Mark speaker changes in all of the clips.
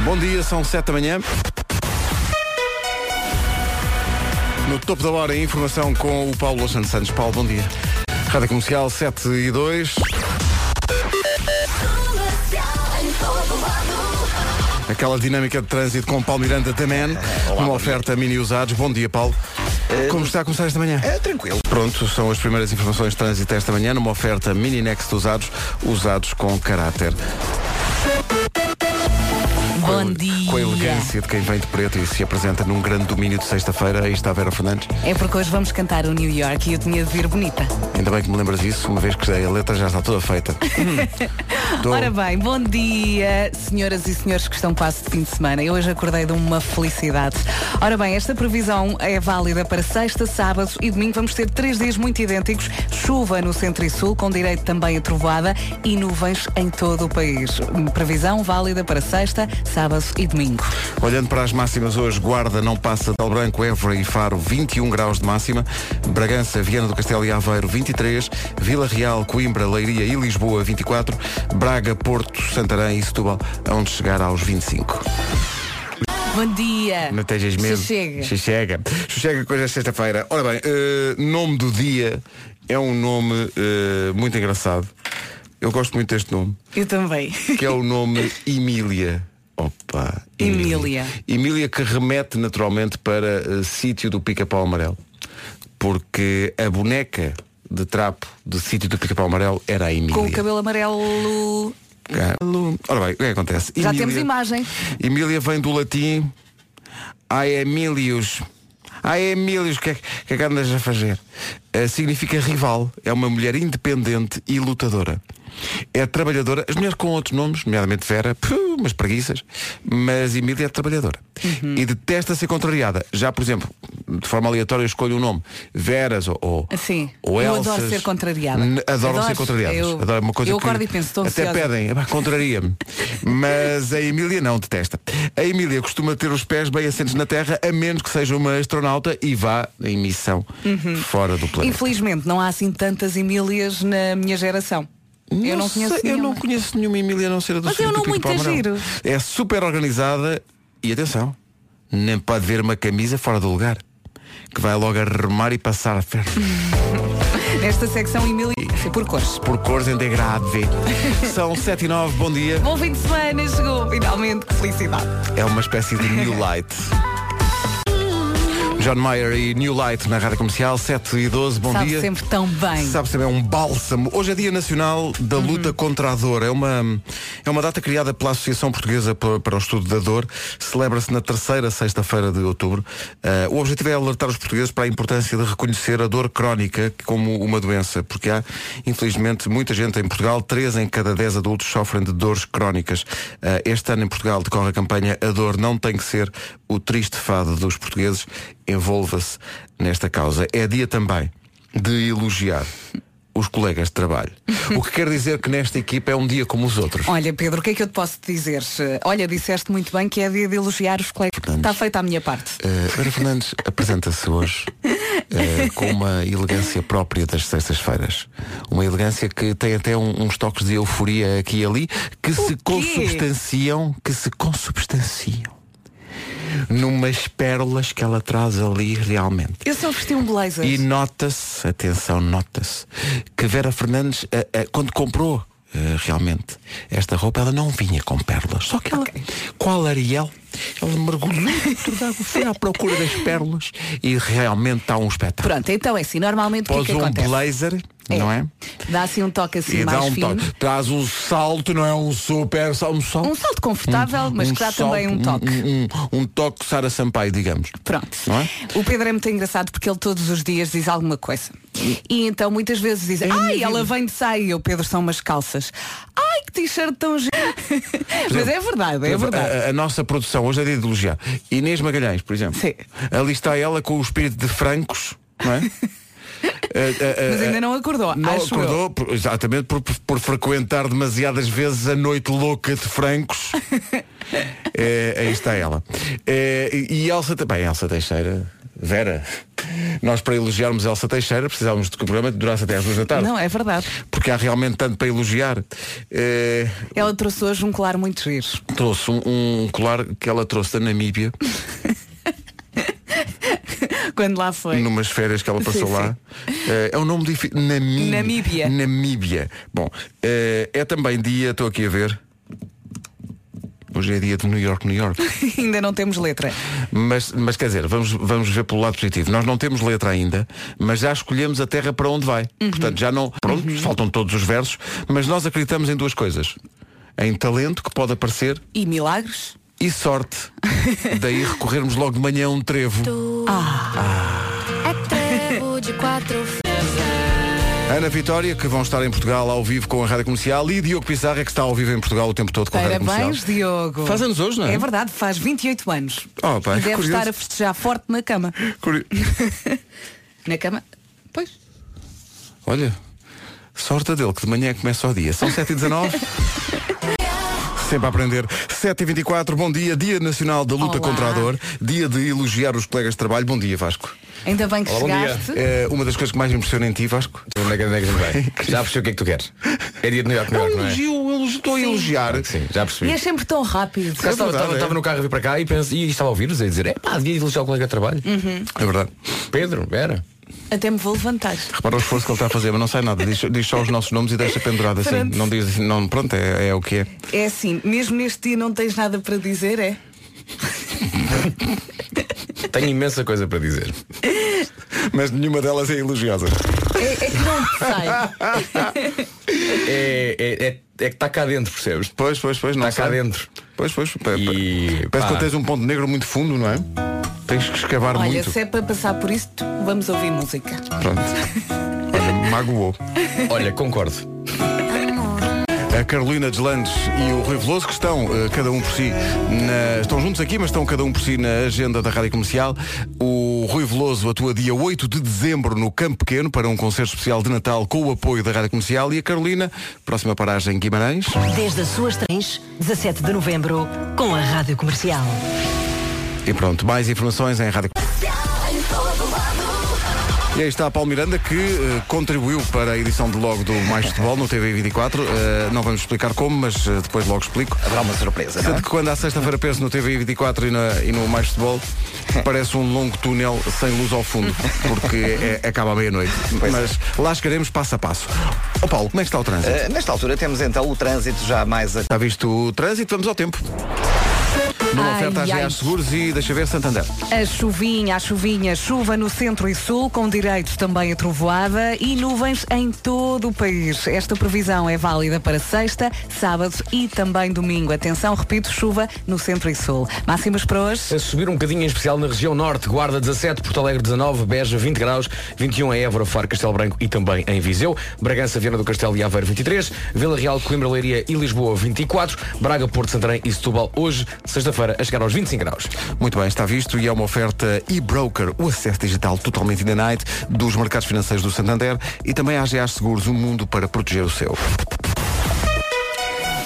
Speaker 1: Bom dia, são 7 da manhã. No topo da hora, a informação com o Paulo Santos Santos. Paulo, bom dia. Rádio Comercial 7 e 2. Aquela dinâmica de trânsito com o Paulo Miranda também. Uma oferta mini usados. Bom dia, Paulo. Como está a começar esta manhã?
Speaker 2: Eh, É tranquilo.
Speaker 1: Pronto, são as primeiras informações de trânsito esta manhã numa oferta Mini Next usados, usados com caráter.
Speaker 3: Bom
Speaker 1: Com-
Speaker 3: dia.
Speaker 1: Com a elegância de quem vem de preto e se apresenta num grande domínio de sexta-feira, aí está a Vera Fernandes.
Speaker 3: É porque hoje vamos cantar o New York e eu tinha de vir bonita.
Speaker 1: Ainda bem que me lembras disso, uma vez que a letra já está toda feita. Dou-
Speaker 3: Ora bem, bom dia, senhoras e senhores que estão quase de fim de semana. Eu hoje acordei de uma felicidade. Ora bem, esta previsão é válida para sexta, sábado e domingo. Vamos ter três dias muito idênticos. Chuva no centro e sul, com direito também a trovoada e nuvens em todo o país. Previsão válida para sexta, sábado e domingo.
Speaker 1: Olhando para as máximas hoje, Guarda não passa de Al Branco, Évora e Faro 21 graus de máxima, Bragança, Viana do Castelo e Aveiro 23, Vila Real, Coimbra, Leiria e Lisboa 24, Braga, Porto, Santarém e Setúbal, onde chegar aos 25.
Speaker 3: Bom dia.
Speaker 1: Não tejas medo.
Speaker 3: Sossega.
Speaker 1: Sossega. Sossega coisa sexta-feira. Ora bem, eh, nome do dia é um nome eh, muito engraçado. Eu gosto muito deste nome,
Speaker 3: Eu também.
Speaker 1: que é o nome Emília. Opa,
Speaker 3: Emília.
Speaker 1: Emília que remete naturalmente para eh, sítio do pica-pau amarelo. Porque a boneca de trapo do sítio do pica-pau amarelo era a Emília.
Speaker 3: Com o cabelo amarelo.
Speaker 1: Ah, Ora bem, o que é que acontece?
Speaker 3: Já temos imagem.
Speaker 1: Emília vem do latim Ai Emilius. Ai Emilius, o que, é, que- o que é que andas a fazer? Eh, significa rival. É uma mulher independente e lutadora. É trabalhadora. As mulheres com outros nomes, nomeadamente Vera, puh, umas preguiças. Mas Emília é trabalhadora.
Speaker 3: Uhum.
Speaker 1: E detesta ser contrariada. Já, por exemplo, de forma aleatória eu escolho um nome. Veras ou, ou,
Speaker 3: Sim.
Speaker 1: ou
Speaker 3: Eu
Speaker 1: Elsas.
Speaker 3: adoro ser contrariada.
Speaker 1: N- Adoro,
Speaker 3: Adoro.
Speaker 1: ser contrariada.
Speaker 3: Eu-
Speaker 1: Adoro é uma coisa
Speaker 3: eu
Speaker 1: que
Speaker 3: acordo e penso, estou
Speaker 1: Até
Speaker 3: ansiosa.
Speaker 1: pedem bem, epá, é contraria-me. Mas a Emília não detesta. A Emília costuma ter os pés bem assentes na Terra, a menos que seja uma astronauta e vá em missão
Speaker 3: Uhum.
Speaker 1: fora do planeta.
Speaker 3: Infelizmente, não há assim tantas Emílias na minha geração. eu não
Speaker 1: sei,
Speaker 3: conheço
Speaker 1: eu
Speaker 3: nenhuma.
Speaker 1: não conheço nenhuma Emília a não ser a do
Speaker 3: Mas é um
Speaker 1: Circo do
Speaker 3: nome muito
Speaker 1: Pica-Pau Amarelo.
Speaker 3: giro.
Speaker 1: É super organizada e atenção, nem pode ver uma camisa fora do lugar. Que vai logo arrumar e passar a ferro.
Speaker 3: Nesta secção Emília por cores.
Speaker 1: Por cores em degradê. São 7 e 9, bom dia.
Speaker 3: Bom fim de semana, chegou finalmente, que felicidade.
Speaker 1: É uma espécie de New Light. John Mayer e New Light na Rádio Comercial, 7 e 12, bom
Speaker 3: Sabe
Speaker 1: dia.
Speaker 3: sempre tão bem.
Speaker 1: Sabe também, é um bálsamo. Hoje é Dia Nacional da Luta contra a Dor. É uma, é uma data criada pela Associação Portuguesa pa- para o Estudo da Dor. Celebra-se na terceira sexta-feira de outubro. Ah, o objetivo é alertar os portugueses para a importância de reconhecer a dor crónica como uma doença, porque há, infelizmente, muita gente em Portugal, 3 em cada 10 adultos sofrem de dores crónicas. Ah, este ano em Portugal decorre a campanha A Dor Não Tem Que Ser o Triste Fado dos Portugueses. Envolva-se nesta causa. É dia também de elogiar os colegas de trabalho. O que quer dizer que nesta equipa é um dia como os outros.
Speaker 3: Olha, Pedro, o que é que eu te posso dizer? Olha, disseste muito bem que é dia de elogiar os colegas. Está feita a minha parte.
Speaker 1: Eh, Vera Fernandes apresenta-se hoje eh, com uma elegância própria das sextas-feiras. Uma elegância que tem até um- uns toques de euforia aqui e ali que se
Speaker 3: quê?
Speaker 1: consubstanciam, que se consubstanciam numas pérolas que ela traz ali realmente.
Speaker 3: Eu só vesti um blazer.
Speaker 1: E nota-se, atenção, nota-se, que Vera Fernandes, eh, eh, quando comprou eh, realmente esta roupa, ela não vinha com pérolas. Só que ela, qual Ariel, ela mergulhou dentro da água, foi à procura das pérolas e realmente está um espetáculo.
Speaker 3: Pronto, então é assim, normalmente o que é
Speaker 1: Pôs
Speaker 3: que
Speaker 1: um
Speaker 3: acontece?
Speaker 1: blazer, não é?
Speaker 3: Dá assim um toque assim
Speaker 1: E
Speaker 3: mais
Speaker 1: dá um
Speaker 3: fino.
Speaker 1: toque. Traz um salto, não é um super salto, um salto.
Speaker 3: Um salto confortável, mas que dá também um toque.
Speaker 1: Um, um- um toque Sara Sampaio, digamos.
Speaker 3: Pronto.
Speaker 1: Não é?
Speaker 3: O Pedro é muito engraçado porque ele todos os dias diz alguma coisa. E então muitas vezes dizem, ai, ela vem de saia, E o Pedro são umas calças. Ai, que t-shirt tão giro. Mas é verdade, é
Speaker 1: Por exemplo,
Speaker 3: verdade.
Speaker 1: A, a- a nossa produção hoje é dia de elogiar. Inês Magalhães, por exemplo.
Speaker 3: Sim.
Speaker 1: Ali está ela com o espírito de francos, não é? A- a- a-
Speaker 3: Mas ainda não acordou,
Speaker 1: eh, não
Speaker 3: acho
Speaker 1: acordou, por- exatamente por, por frequentar demasiadas vezes a noite louca de francos. É, aí está ela. É, e, e Elsa também, Elsa Teixeira, Vera, Nós, para elogiarmos Elsa Teixeira, precisávamos de que o programa durasse até às duas da tarde.
Speaker 3: Não, é verdade.
Speaker 1: Porque há realmente tanto para elogiar. Eh,
Speaker 3: Ela trouxe hoje um colar muito giro.
Speaker 1: trouxe um, um colar que ela trouxe da Namíbia,
Speaker 3: Quando lá foi.
Speaker 1: numas férias que ela passou
Speaker 3: Sim,
Speaker 1: lá. Eh, é um nome difícil. Nami...
Speaker 3: Namíbia.
Speaker 1: Namíbia. Bom, eh, é também dia, estou aqui a ver. Hoje é dia de New York, New York.
Speaker 3: Ainda não temos letra.
Speaker 1: Mas, mas quer dizer, vamos, vamos ver pelo lado positivo. Nós não temos letra ainda, mas já escolhemos a terra para onde vai.
Speaker 3: Uhum.
Speaker 1: Portanto, já não. Pronto, faltam todos os versos, mas nós acreditamos em duas coisas. Em talento que pode aparecer
Speaker 3: E milagres?
Speaker 1: e sorte. Daí recorrermos logo de manhã a um trevo.
Speaker 2: É trevo de quatro
Speaker 1: Ana Vitória, que vão estar em Portugal ao vivo com a Rádio Comercial, e Diogo Pizarra, que está ao vivo em Portugal o tempo todo com a Rádio
Speaker 3: Parabéns,
Speaker 1: Comercial.
Speaker 3: Diogo.
Speaker 1: Faz anos hoje, não é?
Speaker 3: É verdade, faz 28 anos.
Speaker 1: Oh, pá,
Speaker 3: E
Speaker 1: que
Speaker 3: deve
Speaker 1: curioso.
Speaker 3: estar a festejar forte na cama.
Speaker 1: Curi-
Speaker 3: Na cama? Pois.
Speaker 1: Olha, sorte a dele que de manhã é que começa o dia. São 7h19. Sempre a aprender. 7h24, bom dia, Dia Nacional da Luta
Speaker 3: Olá.
Speaker 1: contra a Dor, dia de elogiar os colegas de trabalho. Bom dia, Vasco.
Speaker 3: Ainda bem que
Speaker 4: Olá, bom dia.
Speaker 3: chegaste.
Speaker 1: É, uma das coisas que mais me impressiona em ti, Vasco,
Speaker 4: Onde é que- onde é que a gente vai? Já percebi o que é que tu queres. É dia de New York,
Speaker 1: é
Speaker 4: New
Speaker 1: um
Speaker 4: York, não é?
Speaker 1: elogio, eu estou a elogiar.
Speaker 4: Sim, já
Speaker 3: E
Speaker 4: percebi.
Speaker 3: é sempre tão rápido.
Speaker 4: Por acaso Estava,
Speaker 1: verdade,
Speaker 4: estava-
Speaker 1: é.
Speaker 4: estava no carro a vir para cá e, penso, e estava a ouvir-vos a dizer, é pá, devia elogiar o colega de trabalho.
Speaker 1: É verdade.
Speaker 4: Pedro, era.
Speaker 3: Até me vou levantar.
Speaker 1: Repara o esforço que ele está a fazer, mas não sai nada. Diz, diz só os nossos nomes e deixa pendurado assim.
Speaker 3: Pronto.
Speaker 1: Não diz assim, não, pronto, é, é o que é.
Speaker 3: É assim, mesmo neste dia não tens nada para dizer, é?
Speaker 4: Tenho imensa coisa para dizer.
Speaker 1: Mas nenhuma delas é elogiosa.
Speaker 3: É, é que não te sai.
Speaker 4: É, é, é, é que está cá dentro, percebes?
Speaker 1: Pois, pois, pois, não
Speaker 4: Está Tá cá
Speaker 1: sai.
Speaker 4: dentro.
Speaker 1: Pois, pois. pa- pa-
Speaker 4: E,
Speaker 1: Parece que
Speaker 4: pá.
Speaker 1: tu tens um ponto negro muito fundo, não é? Tens que escavar
Speaker 3: Olha,
Speaker 1: muito.
Speaker 3: se é para passar por isso, vamos ouvir música.
Speaker 1: Pronto. Olha, magoou.
Speaker 4: Olha, concordo.
Speaker 1: A Carolina Deslandes e o Rui Veloso, que estão eh, cada um por si, na- estão juntos aqui, mas estão cada um por si na agenda da Rádio Comercial. O Rui Veloso atua dia 8 de dezembro no Campo Pequeno para um concerto especial de Natal com o apoio da Rádio Comercial. E a Carolina, próxima paragem Guimarães.
Speaker 5: Desde as suas trens, 17 de novembro, com a Rádio Comercial.
Speaker 1: E pronto, mais informações em Rádio E aí está a Paulo Miranda que eh, contribuiu para a edição de logo do Mais Futebol no TV24. Eh, não vamos explicar como, mas eh, depois logo explico.
Speaker 4: Haverá uma surpresa, é?
Speaker 1: Sendo que quando à sexta-feira penso no TV24 e, na- e no Mais Futebol, parece um longo túnel sem luz ao fundo, porque é- acaba à meia-noite.
Speaker 4: é.
Speaker 1: Mas lá chegaremos passo a passo. Ó Paulo, como é que está o trânsito?
Speaker 6: Eh, Nesta altura temos então o trânsito já mais a...
Speaker 1: Está visto o trânsito? Vamos ao tempo. Numa
Speaker 3: Ai,
Speaker 1: oferta às
Speaker 3: ai.
Speaker 1: GAs Seguros e deixa ver Santander.
Speaker 3: A chuvinha, a chuvinha, chuva no centro e sul, com direito também a trovoada e nuvens em todo o país. Esta previsão é válida para sexta, sábado e também domingo. Atenção, repito, chuva no centro e sul. Máximas para hoje?
Speaker 4: A subir um bocadinho em especial na região norte, Guarda 17, Porto Alegre 19, Beja 20 graus, 21 em Évora, Faro, Castelo Branco e também em Viseu, Bragança, Viana do Castelo e Aveiro 23, Vila Real, Coimbra, Leiria e Lisboa 24, Braga, Porto, Santarém e Setúbal hoje, sexta-feira, a chegar aos 25 graus.
Speaker 1: Muito bem, está visto e é uma oferta e-broker, o acesso digital totalmente in the night dos mercados financeiros do Santander e também a AGA Seguros, um mundo para proteger o seu.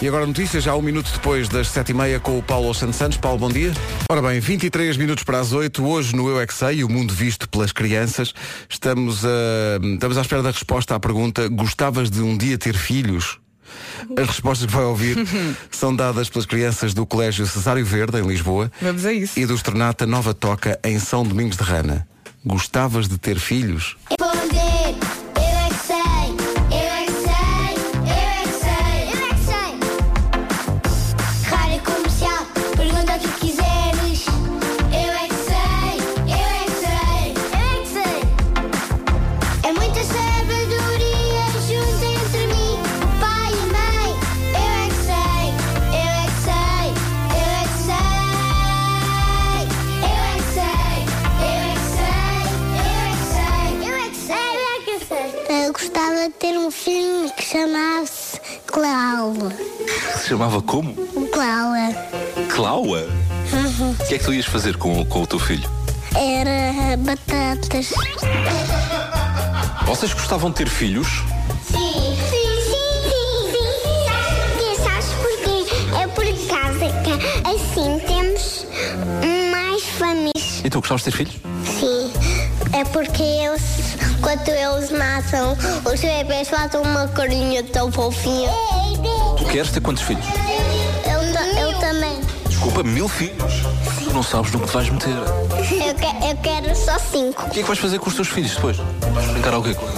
Speaker 1: E agora notícias, já um minuto depois das sete e meia com o Paulo Santos Santos. Paulo, bom dia. Ora bem, 23 minutos para as oito, hoje no Eu É Que Sei, o mundo visto pelas crianças. Estamos, a, estamos à espera da resposta à pergunta, gostavas de um dia ter filhos? As respostas que vai ouvir são dadas pelas crianças do Colégio Cesário Verde, em Lisboa,
Speaker 3: Vamos a isso.
Speaker 1: e do Estrenata Nova Toca em São Domingos de Rana. Gostavas de ter filhos?
Speaker 2: Poder, É eu é que sei, eu é que sei, eu é que sei, eu é que sei. Rádio comercial, pergunta o que quiseres. Eu é que sei, eu é que sei, eu é que sei. É muita sabedoria junto entre mim, o pai e a mãe. Eu é que sei, eu é que sei, eu é que sei. Eu é que sei, eu é que sei, eu é que sei, eu é que sei, eu é que sei.
Speaker 7: Eu gostava de ter um filme que chamasse Cláula.
Speaker 8: Se chamava como?
Speaker 7: Cláula
Speaker 8: Claua? O que é que tu ias fazer com, com o teu filho?
Speaker 7: era batatas.
Speaker 8: Vocês gostavam de ter filhos?
Speaker 7: Sim, sim, sim, sim, sim. Sabes porquê? Sabes porquê? É por causa que assim temos mais famílias.
Speaker 8: Então gostavas de ter filhos?
Speaker 7: Sim, é porque eles, quando eles nascem, os bebês fazem uma corinha tão fofinha.
Speaker 8: Tu queres ter quantos filhos?
Speaker 7: Eu, ta- eu também.
Speaker 8: Desculpa, mil filhos? Tu não sabes no que te vais meter.
Speaker 7: Eu, que- eu quero só cinco.
Speaker 8: O que é que vais fazer com os teus filhos depois? Vais brincar ao quê com eles?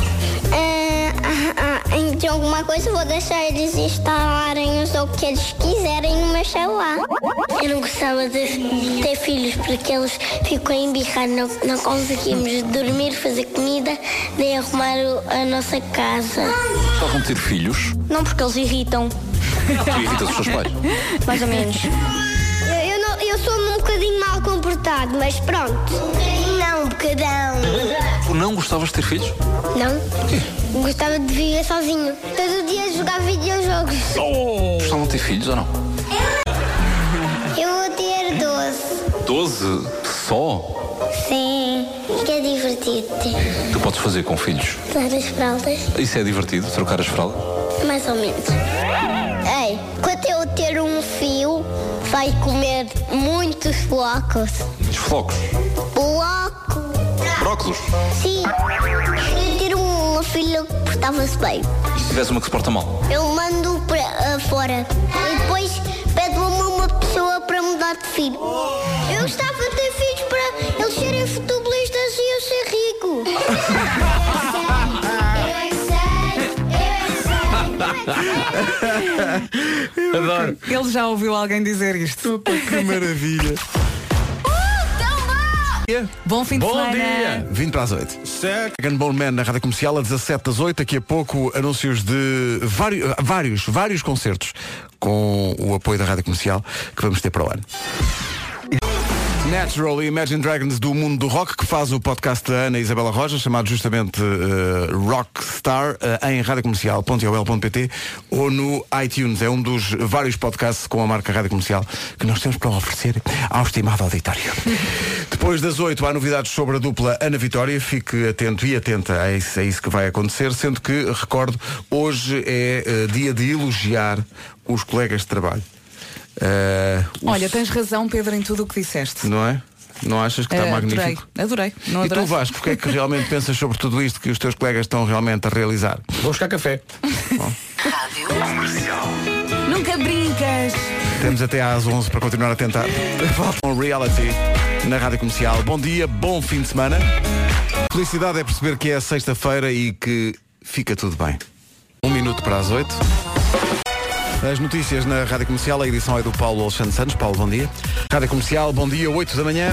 Speaker 7: É, ah, ah, de alguma coisa eu vou deixar eles instalarem o jogo que eles quiserem no meu celular. Eu não gostava de ter filhos porque eles ficam embirrados, não, não conseguimos dormir, fazer comida, nem arrumar o- a nossa casa.
Speaker 8: Estavam a ter filhos?
Speaker 7: Não porque eles irritam,
Speaker 8: Tu irritas os teus pais?
Speaker 7: mais ou menos. Eu, eu, não- eu sou um bocadinho mal comportado, mas pronto. Não, um bocadão.
Speaker 8: Tu não gostavas de ter filhos?
Speaker 7: Não. Gostava de viver sozinho. Todo dia jogar videojogos.
Speaker 8: Gostavam de ter filhos ou não?
Speaker 7: Eu vou ter 12.
Speaker 8: Doze? Só?
Speaker 7: Sim. Que é divertido ter
Speaker 8: Tu podes fazer com filhos?
Speaker 7: as fraldas.
Speaker 8: Isso é divertido, trocar as fraldas?
Speaker 7: Mais ou menos. Ei, quando eu ter um fio, vai comer muitos blocos.
Speaker 8: Os flocos?
Speaker 7: Bloco?
Speaker 8: Brócolos?
Speaker 7: Sim. Eu ter uma filha que portava-se bem.
Speaker 8: E se tiveres uma que se porta mal?
Speaker 7: Eu mando para ah, fora. E depois pego-me uma pessoa para mudar de filho. Eu gostava de ter filhos para eles serem futebolistas e eu ser rico. é
Speaker 4: Adoro.
Speaker 3: Ele já ouviu alguém dizer isto.
Speaker 1: Opa, que maravilha.
Speaker 7: Então
Speaker 3: Bom fim de
Speaker 4: Bom
Speaker 3: semana.
Speaker 4: dia.
Speaker 1: 20 para as 8. Gunbone Man na Rádio Comercial, a 17 das 8. Daqui a pouco, anúncios de vários, vários, vários concertos com o apoio da Rádio Comercial que vamos ter para o ano. Natural e Imagine Dragons do mundo do rock que faz o podcast da Ana Isabela Roja chamado justamente eh, Rockstar eh, em radiocomercial.ol.pt ou no iTunes. É um dos vários podcasts com a marca Rádio Comercial que nós temos para oferecer ao estimado auditório. Depois das 8 há novidades sobre a dupla Ana Vitória. Fique atento e atenta a isso, a isso que vai acontecer, sendo que, recordo, hoje é eh, dia de elogiar os colegas de trabalho. Eh, o
Speaker 3: Olha, tens razão, Pedro, em tudo o que disseste.
Speaker 1: não é? Não achas que está
Speaker 3: Eh, adorei,
Speaker 1: magnífico?
Speaker 3: adorei. Não
Speaker 1: E tu,
Speaker 3: adorei.
Speaker 1: Vasco, porque é que realmente pensas sobre tudo isto que os teus colegas estão realmente a realizar?
Speaker 4: Vou buscar café.
Speaker 3: Nunca brincas.
Speaker 1: Temos até às 11 para continuar a tentar. Volta ao reality na Rádio Comercial. Bom dia, bom fim de semana. Felicidade é perceber que é sexta-feira e que fica tudo bem. Um minuto para as 8. As notícias na Rádio Comercial, a edição é do Paulo Alexandre Santos. Paulo, bom dia. Rádio Comercial, bom dia, 8 da manhã.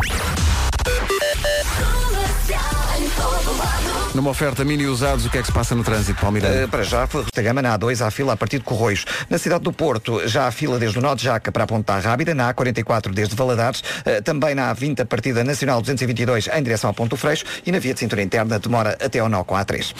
Speaker 1: Numa oferta mini usados, o que é que se passa no trânsito, Palmeiras?
Speaker 6: Eh, Para já, foi Resta Gama na A2 à fila a partir de Corroios. Na cidade do Porto, já há fila desde o Nó de Jaca para a Ponta Rábida, na A44 desde Valadares, eh, também na A20 a partir da Nacional 222 em direção ao Ponto Freixo e na via de cintura interna demora até ao Nó com a A3.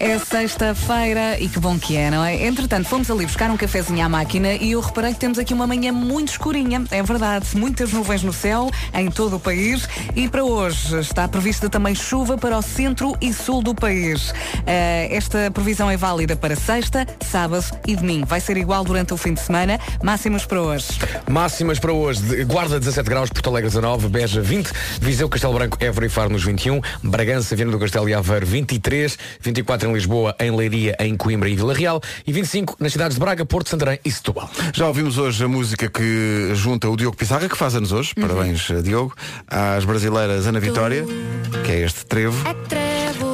Speaker 3: É sexta-feira e que bom que é, não é? Entretanto, fomos ali buscar um cafezinho à máquina e eu reparei que temos aqui uma manhã muito escurinha. É verdade, muitas nuvens no céu, em todo o país. E para hoje está prevista também chuva para o centro e sul do país. Eh, esta previsão é válida para sexta, sábado e domingo. Vai ser igual durante o fim de semana. Máximas para hoje.
Speaker 4: Máximas para hoje. de- Guarda 17 graus, Porto Alegre 19, Beja 20, Viseu, Castelo Branco, Évora e Faro nos 21, Bragança, Viana do Castelo e Aveiro 23, 24 em Lisboa, em Leiria, em Coimbra e Vila Real e 25 nas cidades de Braga, Porto, Santarém e Setúbal.
Speaker 1: Já ouvimos hoje a música que junta o Diogo Pissarra, que faz anos hoje, parabéns eh, Diogo, às brasileiras Ana Vitória, que é este trevo.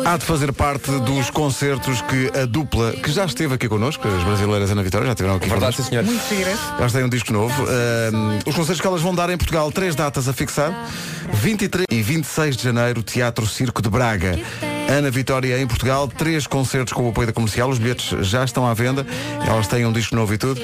Speaker 1: Há de fazer parte dos concertos que a dupla, que já esteve aqui connosco, as brasileiras Ana Vitória, já estiveram aqui
Speaker 4: É Verdade, sim,
Speaker 1: connosco.
Speaker 4: senhor.
Speaker 3: Muito giras.
Speaker 1: Elas têm um disco novo. Ahm, os concertos que elas vão dar em Portugal, três datas a fixar. 23 e 26 de janeiro, Teatro Circo de Braga. Ana Vitória em Portugal, três concertos com o apoio da comercial. Os bilhetes já estão à venda. Elas têm um disco novo e tudo.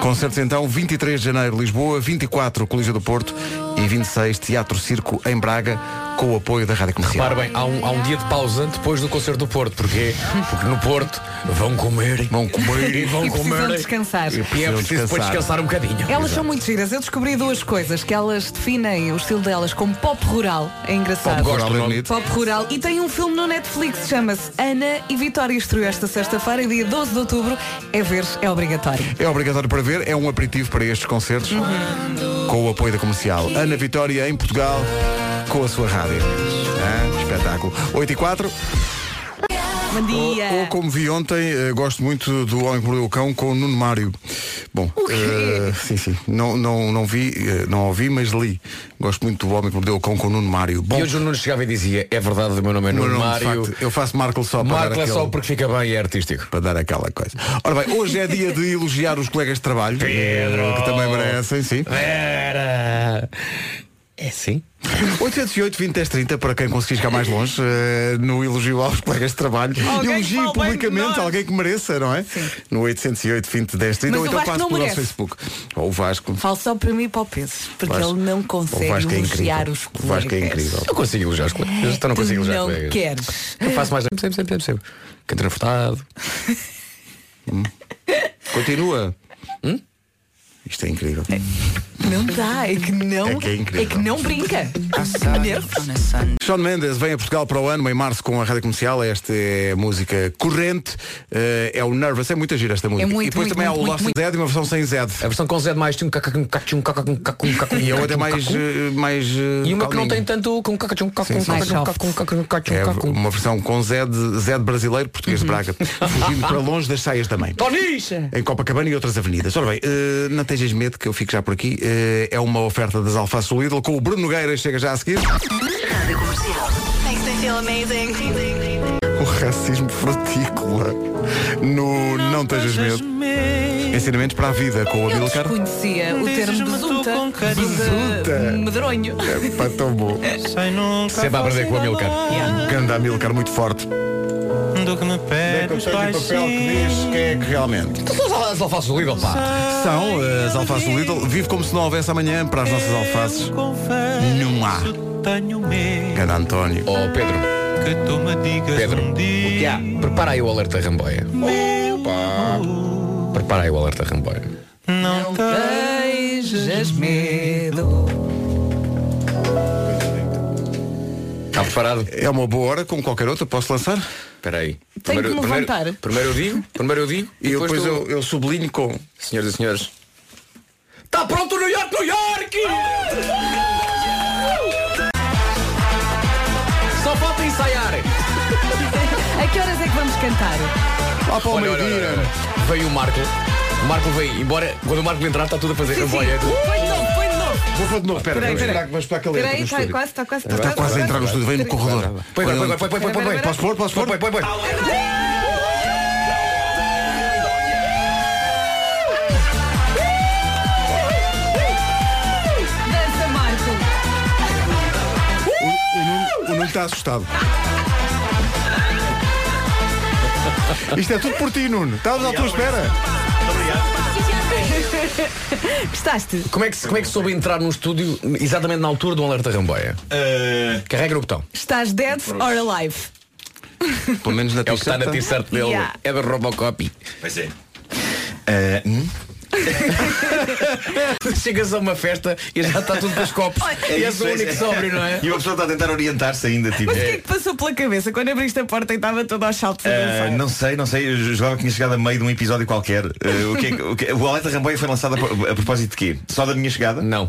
Speaker 1: Concertos então, 23 de janeiro, Lisboa, 24, Colégio do Porto e 26, Teatro Circo em Braga, com o apoio da Rádio Comercial.
Speaker 4: Repara bem, há um, há um dia de pausa depois do concerto do Porto. Porquê? Porque no Porto vão comer.
Speaker 1: Vão comer.
Speaker 4: E vão
Speaker 3: E precisam
Speaker 4: comer.
Speaker 3: descansar.
Speaker 4: E é preciso depois
Speaker 1: descansar.
Speaker 4: descansar um bocadinho.
Speaker 3: Elas são muito giras. Eu descobri duas coisas que elas definem o estilo delas como pop rural. É engraçado.
Speaker 4: Pop
Speaker 1: Rural é
Speaker 4: Gosto,
Speaker 1: bonito.
Speaker 3: Pop Rural e tem um filme no Netflix, chama-se Ana e Vitória estreou esta sexta-feira, dia 12 de outubro. É ver, é obrigatório.
Speaker 1: É obrigatório para ver, é um aperitivo para estes concertos com o apoio da comercial. Ana Vitória em Portugal com a sua rádio. Ah, espetáculo. 8 e 4.
Speaker 3: Bom dia.
Speaker 4: É.
Speaker 1: Ou, ou como vi ontem, eh, gosto muito do Homem que Mordeu o Cão com o Nuno Mário. Bom,
Speaker 3: O quê?
Speaker 1: eh, sim, sim. Não, não, não vi, eh, não ouvi, mas li. Gosto muito do Homem que Mordeu o Cão com o Nuno Mário. Bom,
Speaker 4: E hoje o Nuno chegava e dizia, é verdade, o meu nome é
Speaker 1: meu
Speaker 4: Nuno
Speaker 1: nome, de
Speaker 4: Mário.
Speaker 1: facto, eu faço Marco só para
Speaker 4: Marco
Speaker 1: dar
Speaker 4: é
Speaker 1: aquele...
Speaker 4: só porque fica bem e é artístico.
Speaker 1: para dar aquela coisa. Ora bem, hoje é dia de elogiar os colegas de trabalho, eh, que também merecem, sim.
Speaker 4: Vera! É sim?
Speaker 1: 808 20 10 30 para quem conseguir chegar mais longe eh, no elogio aos colegas de trabalho.
Speaker 3: Alguém que
Speaker 1: Elogie
Speaker 3: fale bem de
Speaker 1: publicamente
Speaker 3: nós.
Speaker 1: alguém que mereça, não é?
Speaker 3: Sim.
Speaker 1: No 808 20 10
Speaker 3: Mas
Speaker 1: 30 ou
Speaker 3: o
Speaker 1: então
Speaker 3: Vasco
Speaker 1: passe
Speaker 3: não
Speaker 1: pelo nosso
Speaker 3: merece.
Speaker 1: Facebook. Ou o Vasco.
Speaker 3: Falo só para mim e para o Pedro, porque
Speaker 1: Vasco.
Speaker 3: ele não
Speaker 1: O
Speaker 3: consegue
Speaker 1: Vasco é
Speaker 3: elogiar
Speaker 1: incrível.
Speaker 3: os
Speaker 1: O
Speaker 3: colegas.
Speaker 1: Vasco é incrível.
Speaker 4: Eu consigo elogiar os colegas. Eu não
Speaker 3: Tu
Speaker 4: consigo elogiar os
Speaker 3: não
Speaker 4: colegas.
Speaker 3: queres.
Speaker 4: Eu faço mais. Sempre, sempre, sempre, sempre. Catarina Furtado.
Speaker 1: Continua. Hum? Isto é incrível.
Speaker 3: Não dá, é que não.
Speaker 1: É que é incrível.
Speaker 3: que não brinca. Adeus.
Speaker 1: Sean Mendes vem a Portugal para o ano, em março, com a rádio comercial. Esta é a música corrente. eh, é o Nervous. É muita gira esta música.
Speaker 3: muito,
Speaker 1: e depois
Speaker 3: muito,
Speaker 1: também há o
Speaker 3: muito,
Speaker 1: Lost Zed e uma versão sem Zed.
Speaker 4: A versão com Z mais tem um cacacum, cacacum, cacacum, cacacum, cacacum.
Speaker 1: E a outra é mais. eh, mais eh,
Speaker 4: Ah, E uma que não
Speaker 1: calminha.
Speaker 4: tem tanto com cacacum, cacacum,
Speaker 3: Mais
Speaker 4: cacacum,
Speaker 3: soft.
Speaker 4: cacacum, cacacum,
Speaker 1: É
Speaker 4: cacacum, cacacum.
Speaker 1: uma versão com Zed, Zed brasileiro, português de Braga, fugindo para longe das saias da mãe.
Speaker 4: Tonicha!
Speaker 1: Em Copacabana e outras avenidas. Ora bem, eh, não tejas medo que eu fico já por aqui. Eh, é uma oferta das Alfaces Lidl com o Bruno Nogueira. Chega já a seguir. O racismo frutícola no Não Tejas Medo. Ensinamentos para a vida com o
Speaker 3: Eu
Speaker 1: Amilcar.
Speaker 3: desconhecia o termo besunta.
Speaker 1: Besunta.
Speaker 3: De medronho.
Speaker 1: É, pá, tão bom.
Speaker 4: Sempre a aprender com o Amilcar.
Speaker 1: Ganda Amilcar, muito forte.
Speaker 8: É,
Speaker 1: quem é que realmente.
Speaker 4: Tu Então, só as alfaces do Lidl, pá.
Speaker 1: São eh, as alfaces do Lidl. Vive como se não houvesse amanhã para as nossas alfaces. Não há.
Speaker 9: Tenho medo
Speaker 1: Ganda António.
Speaker 4: Oh, Pedro,
Speaker 9: que tu me digas
Speaker 4: Pedro.
Speaker 9: um dia.
Speaker 4: que há? Prepara aí o alerta ramboia. Prepara aí o alerta ramboia.
Speaker 9: Não
Speaker 3: Tejas medo.
Speaker 4: Está preparado?
Speaker 1: É uma boa hora, como qualquer outra, posso lançar?
Speaker 4: Espera aí.
Speaker 3: Tenho que me levantar.
Speaker 4: primeiro, primeiro eu digo, primeiro eu digo
Speaker 1: E eu depois
Speaker 4: tu-
Speaker 1: eu, eu sublinho com.
Speaker 4: Senhoras e senhores. Está pronto o New York, New York! Só falta ensaiar.
Speaker 3: A que horas é que vamos cantar?
Speaker 1: Lá para o
Speaker 4: Olha, olha, olha,
Speaker 1: meio-dia.
Speaker 4: olha. Veio o Marco. O Marco veio, embora quando o Marco entrar está tudo a fazer.
Speaker 3: Sim, sim.
Speaker 1: é
Speaker 4: Olha,
Speaker 3: Põe de novo, põe de novo.
Speaker 1: Vou pôr de novo, espera,
Speaker 3: Peraí, peraí.
Speaker 1: vamos esperar que- vamos esperar que ele
Speaker 3: Espera
Speaker 1: entre
Speaker 3: aí,
Speaker 1: no
Speaker 3: está
Speaker 1: estúdio.
Speaker 3: quase, está quase.
Speaker 1: Está quase a entrar no estúdio, vem no corredor.
Speaker 4: Põe, põe, põe, põe, põe, põe, põe, põe.
Speaker 1: Posso pôr, posso
Speaker 4: Põe,
Speaker 1: pôr?
Speaker 4: põe, põe, põe.
Speaker 3: Dança, Marco.
Speaker 1: O Nuno- o Nuno está assustado. Isto é tudo por ti, Nuno. Estavas à tua espera.
Speaker 3: Gostaste?
Speaker 4: Como é, que, se- como é que soube entrar num estúdio exatamente na altura do alerta Ramboia? Carrega no botão.
Speaker 3: Estás dead or alive?
Speaker 1: Pelo menos na
Speaker 4: É o que está na t-shirt dele.
Speaker 3: Yeah.
Speaker 4: É da Robocop.
Speaker 8: Pois é.
Speaker 4: Chegas a uma festa e já está tudo com os copos. e és o único sóbrio, não é?
Speaker 8: É E uma pessoa está a tentar orientar-se ainda, tipo.
Speaker 3: Mas o que é que passou pela cabeça quando abriste a porta e estava todo aos saltos
Speaker 1: Eh,
Speaker 3: a
Speaker 8: Ah,
Speaker 3: dançar?
Speaker 8: não sei, não sei, eu julgava que tinha chegado a meio de um episódio qualquer. Ah, o, que é que- o que- o Alerta Ramboia foi lançado a, pro- a propósito de quê? Só da minha chegada?
Speaker 4: Não.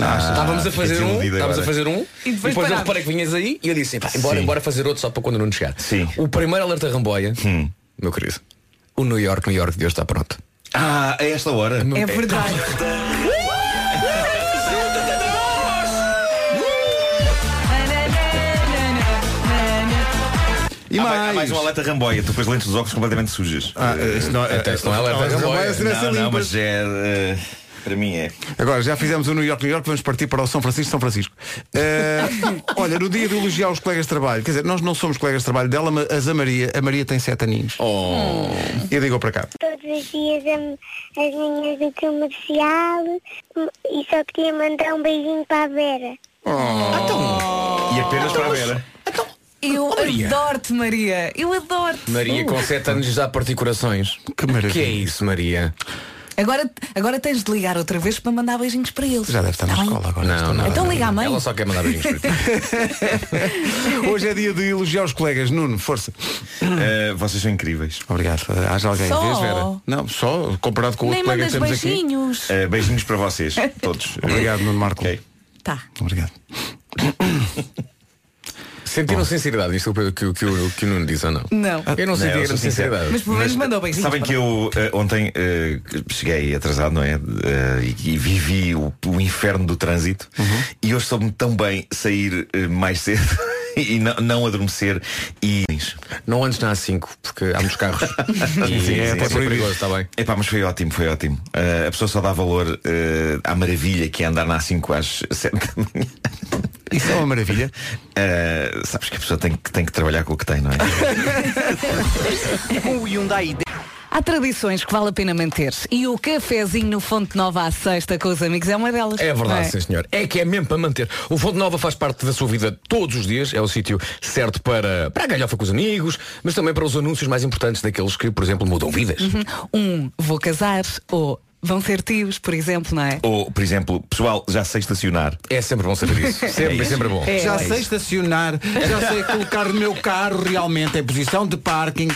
Speaker 8: Ah,
Speaker 4: Estávamos a
Speaker 8: fiquei
Speaker 4: fazer um,
Speaker 8: desiludido
Speaker 4: estávamos a
Speaker 8: agora.
Speaker 4: fazer um,
Speaker 3: E depois
Speaker 4: e depois eu
Speaker 3: parámos.
Speaker 4: reparei que vinhas aí e eu disse, pá, embora,
Speaker 8: Sim.
Speaker 4: embora fazer outro só para quando não chegar.
Speaker 8: Sim. Hum.
Speaker 4: O primeiro alerta ramboia, meu querido, o New York, New York, Deus está pronto.
Speaker 8: Ah, a esta hora.
Speaker 3: É verdade.
Speaker 1: E
Speaker 8: Há
Speaker 1: mais.
Speaker 8: mais, há mais um alerta ramboia, tu depois lentes dos óculos completamente sujas.
Speaker 1: Ah, isso não,
Speaker 4: Até isso não é alerta Ramboia.
Speaker 1: Não, Ramboia, se tivesse
Speaker 8: não, não,
Speaker 1: limpas.
Speaker 8: mas é. eh, para mim é.
Speaker 1: Agora, já fizemos o New York, New York, vamos partir para o São Francisco, São Francisco. Eh, olha, no dia de elogiar os colegas de trabalho, quer dizer, nós não somos colegas de trabalho dela, mas a Maria, a Maria tem sete aninhos.
Speaker 4: Oh.
Speaker 1: Eu digo para cá.
Speaker 7: Todos os dias am- as manhãs do comercial e só queria mandar um beijinho para a Vera.
Speaker 8: E apenas para a Vera.
Speaker 3: Eu adoro-te, Maria. Eu adoro-te.
Speaker 4: Maria, com 7 anos já parti corações.
Speaker 1: Que maravilha.
Speaker 4: Que é isso, Maria?
Speaker 3: Agora, agora tens de ligar outra vez para mandar beijinhos para eles.
Speaker 1: Já deve estar na
Speaker 3: Tá bem?
Speaker 1: escola agora.
Speaker 4: Não, não.
Speaker 3: Então
Speaker 4: não,
Speaker 3: liga à
Speaker 4: não.
Speaker 3: mãe.
Speaker 4: Ela só quer mandar beijinhos para ti.
Speaker 1: Hoje é dia de elogiar os colegas. Nuno, força.
Speaker 9: Ah,
Speaker 8: Eh, vocês são incríveis.
Speaker 1: Obrigado. Eh, Haja alguém.
Speaker 3: Só?
Speaker 1: Vês, Vera? Não, só comparado com o
Speaker 3: Nem
Speaker 1: outro colega que
Speaker 3: mandas
Speaker 1: temos aqui.
Speaker 3: beijinhos.
Speaker 8: Eh, beijinhos para vocês, todos.
Speaker 1: Obrigado, Nuno Marco.
Speaker 8: Ok.
Speaker 3: Tá.
Speaker 1: Obrigado.
Speaker 4: Sentiram sinceridade, isto é o Pedro que, o- que, o- que o Nuno diz ou não?
Speaker 3: Não.
Speaker 4: Eu não senti
Speaker 8: eu
Speaker 4: grande
Speaker 8: sou sincero.
Speaker 4: sinceridade.
Speaker 3: Mas pelo menos mandou bem.
Speaker 8: Sabem que eu eh, ontem eh, cheguei atrasado, não é? Eh, e, e vivi o, o inferno do trânsito e hoje soube-me tão bem sair eh, mais cedo e não, não adormecer e.
Speaker 4: Não andes na A5, porque há muitos carros. e
Speaker 8: sim,
Speaker 4: é
Speaker 8: sim,
Speaker 4: até
Speaker 8: sim.
Speaker 4: perigoso, está bem.
Speaker 8: Epá, mas foi ótimo, foi ótimo. Eh, a pessoa só dá valor eh, à maravilha que é andar na A5 às 7 da manhã.
Speaker 1: Isso é uma maravilha.
Speaker 8: Eh, sabes que a pessoa tem que, tem que trabalhar com o que tem, não é?
Speaker 3: Há tradições que vale a pena manter e o cafezinho no Fonte Nova à sexta com os amigos é uma delas.
Speaker 4: É verdade,
Speaker 3: não
Speaker 4: sim senhor. É que é mesmo para manter. O Fonte Nova faz parte da sua vida todos os dias. É o sítio certo para, para a galhofa com os amigos, mas também para os anúncios mais importantes daqueles que, por exemplo, mudam vidas.
Speaker 3: Um, vou casar ou vão ser tios, por exemplo, não é?
Speaker 8: Ou, por exemplo, pessoal, já sei estacionar.
Speaker 4: É sempre bom saber isso. Sempre, sempre bom.
Speaker 3: É,
Speaker 10: Já
Speaker 3: é
Speaker 10: sei estacionar, já sei colocar o meu carro realmente em posição de parking.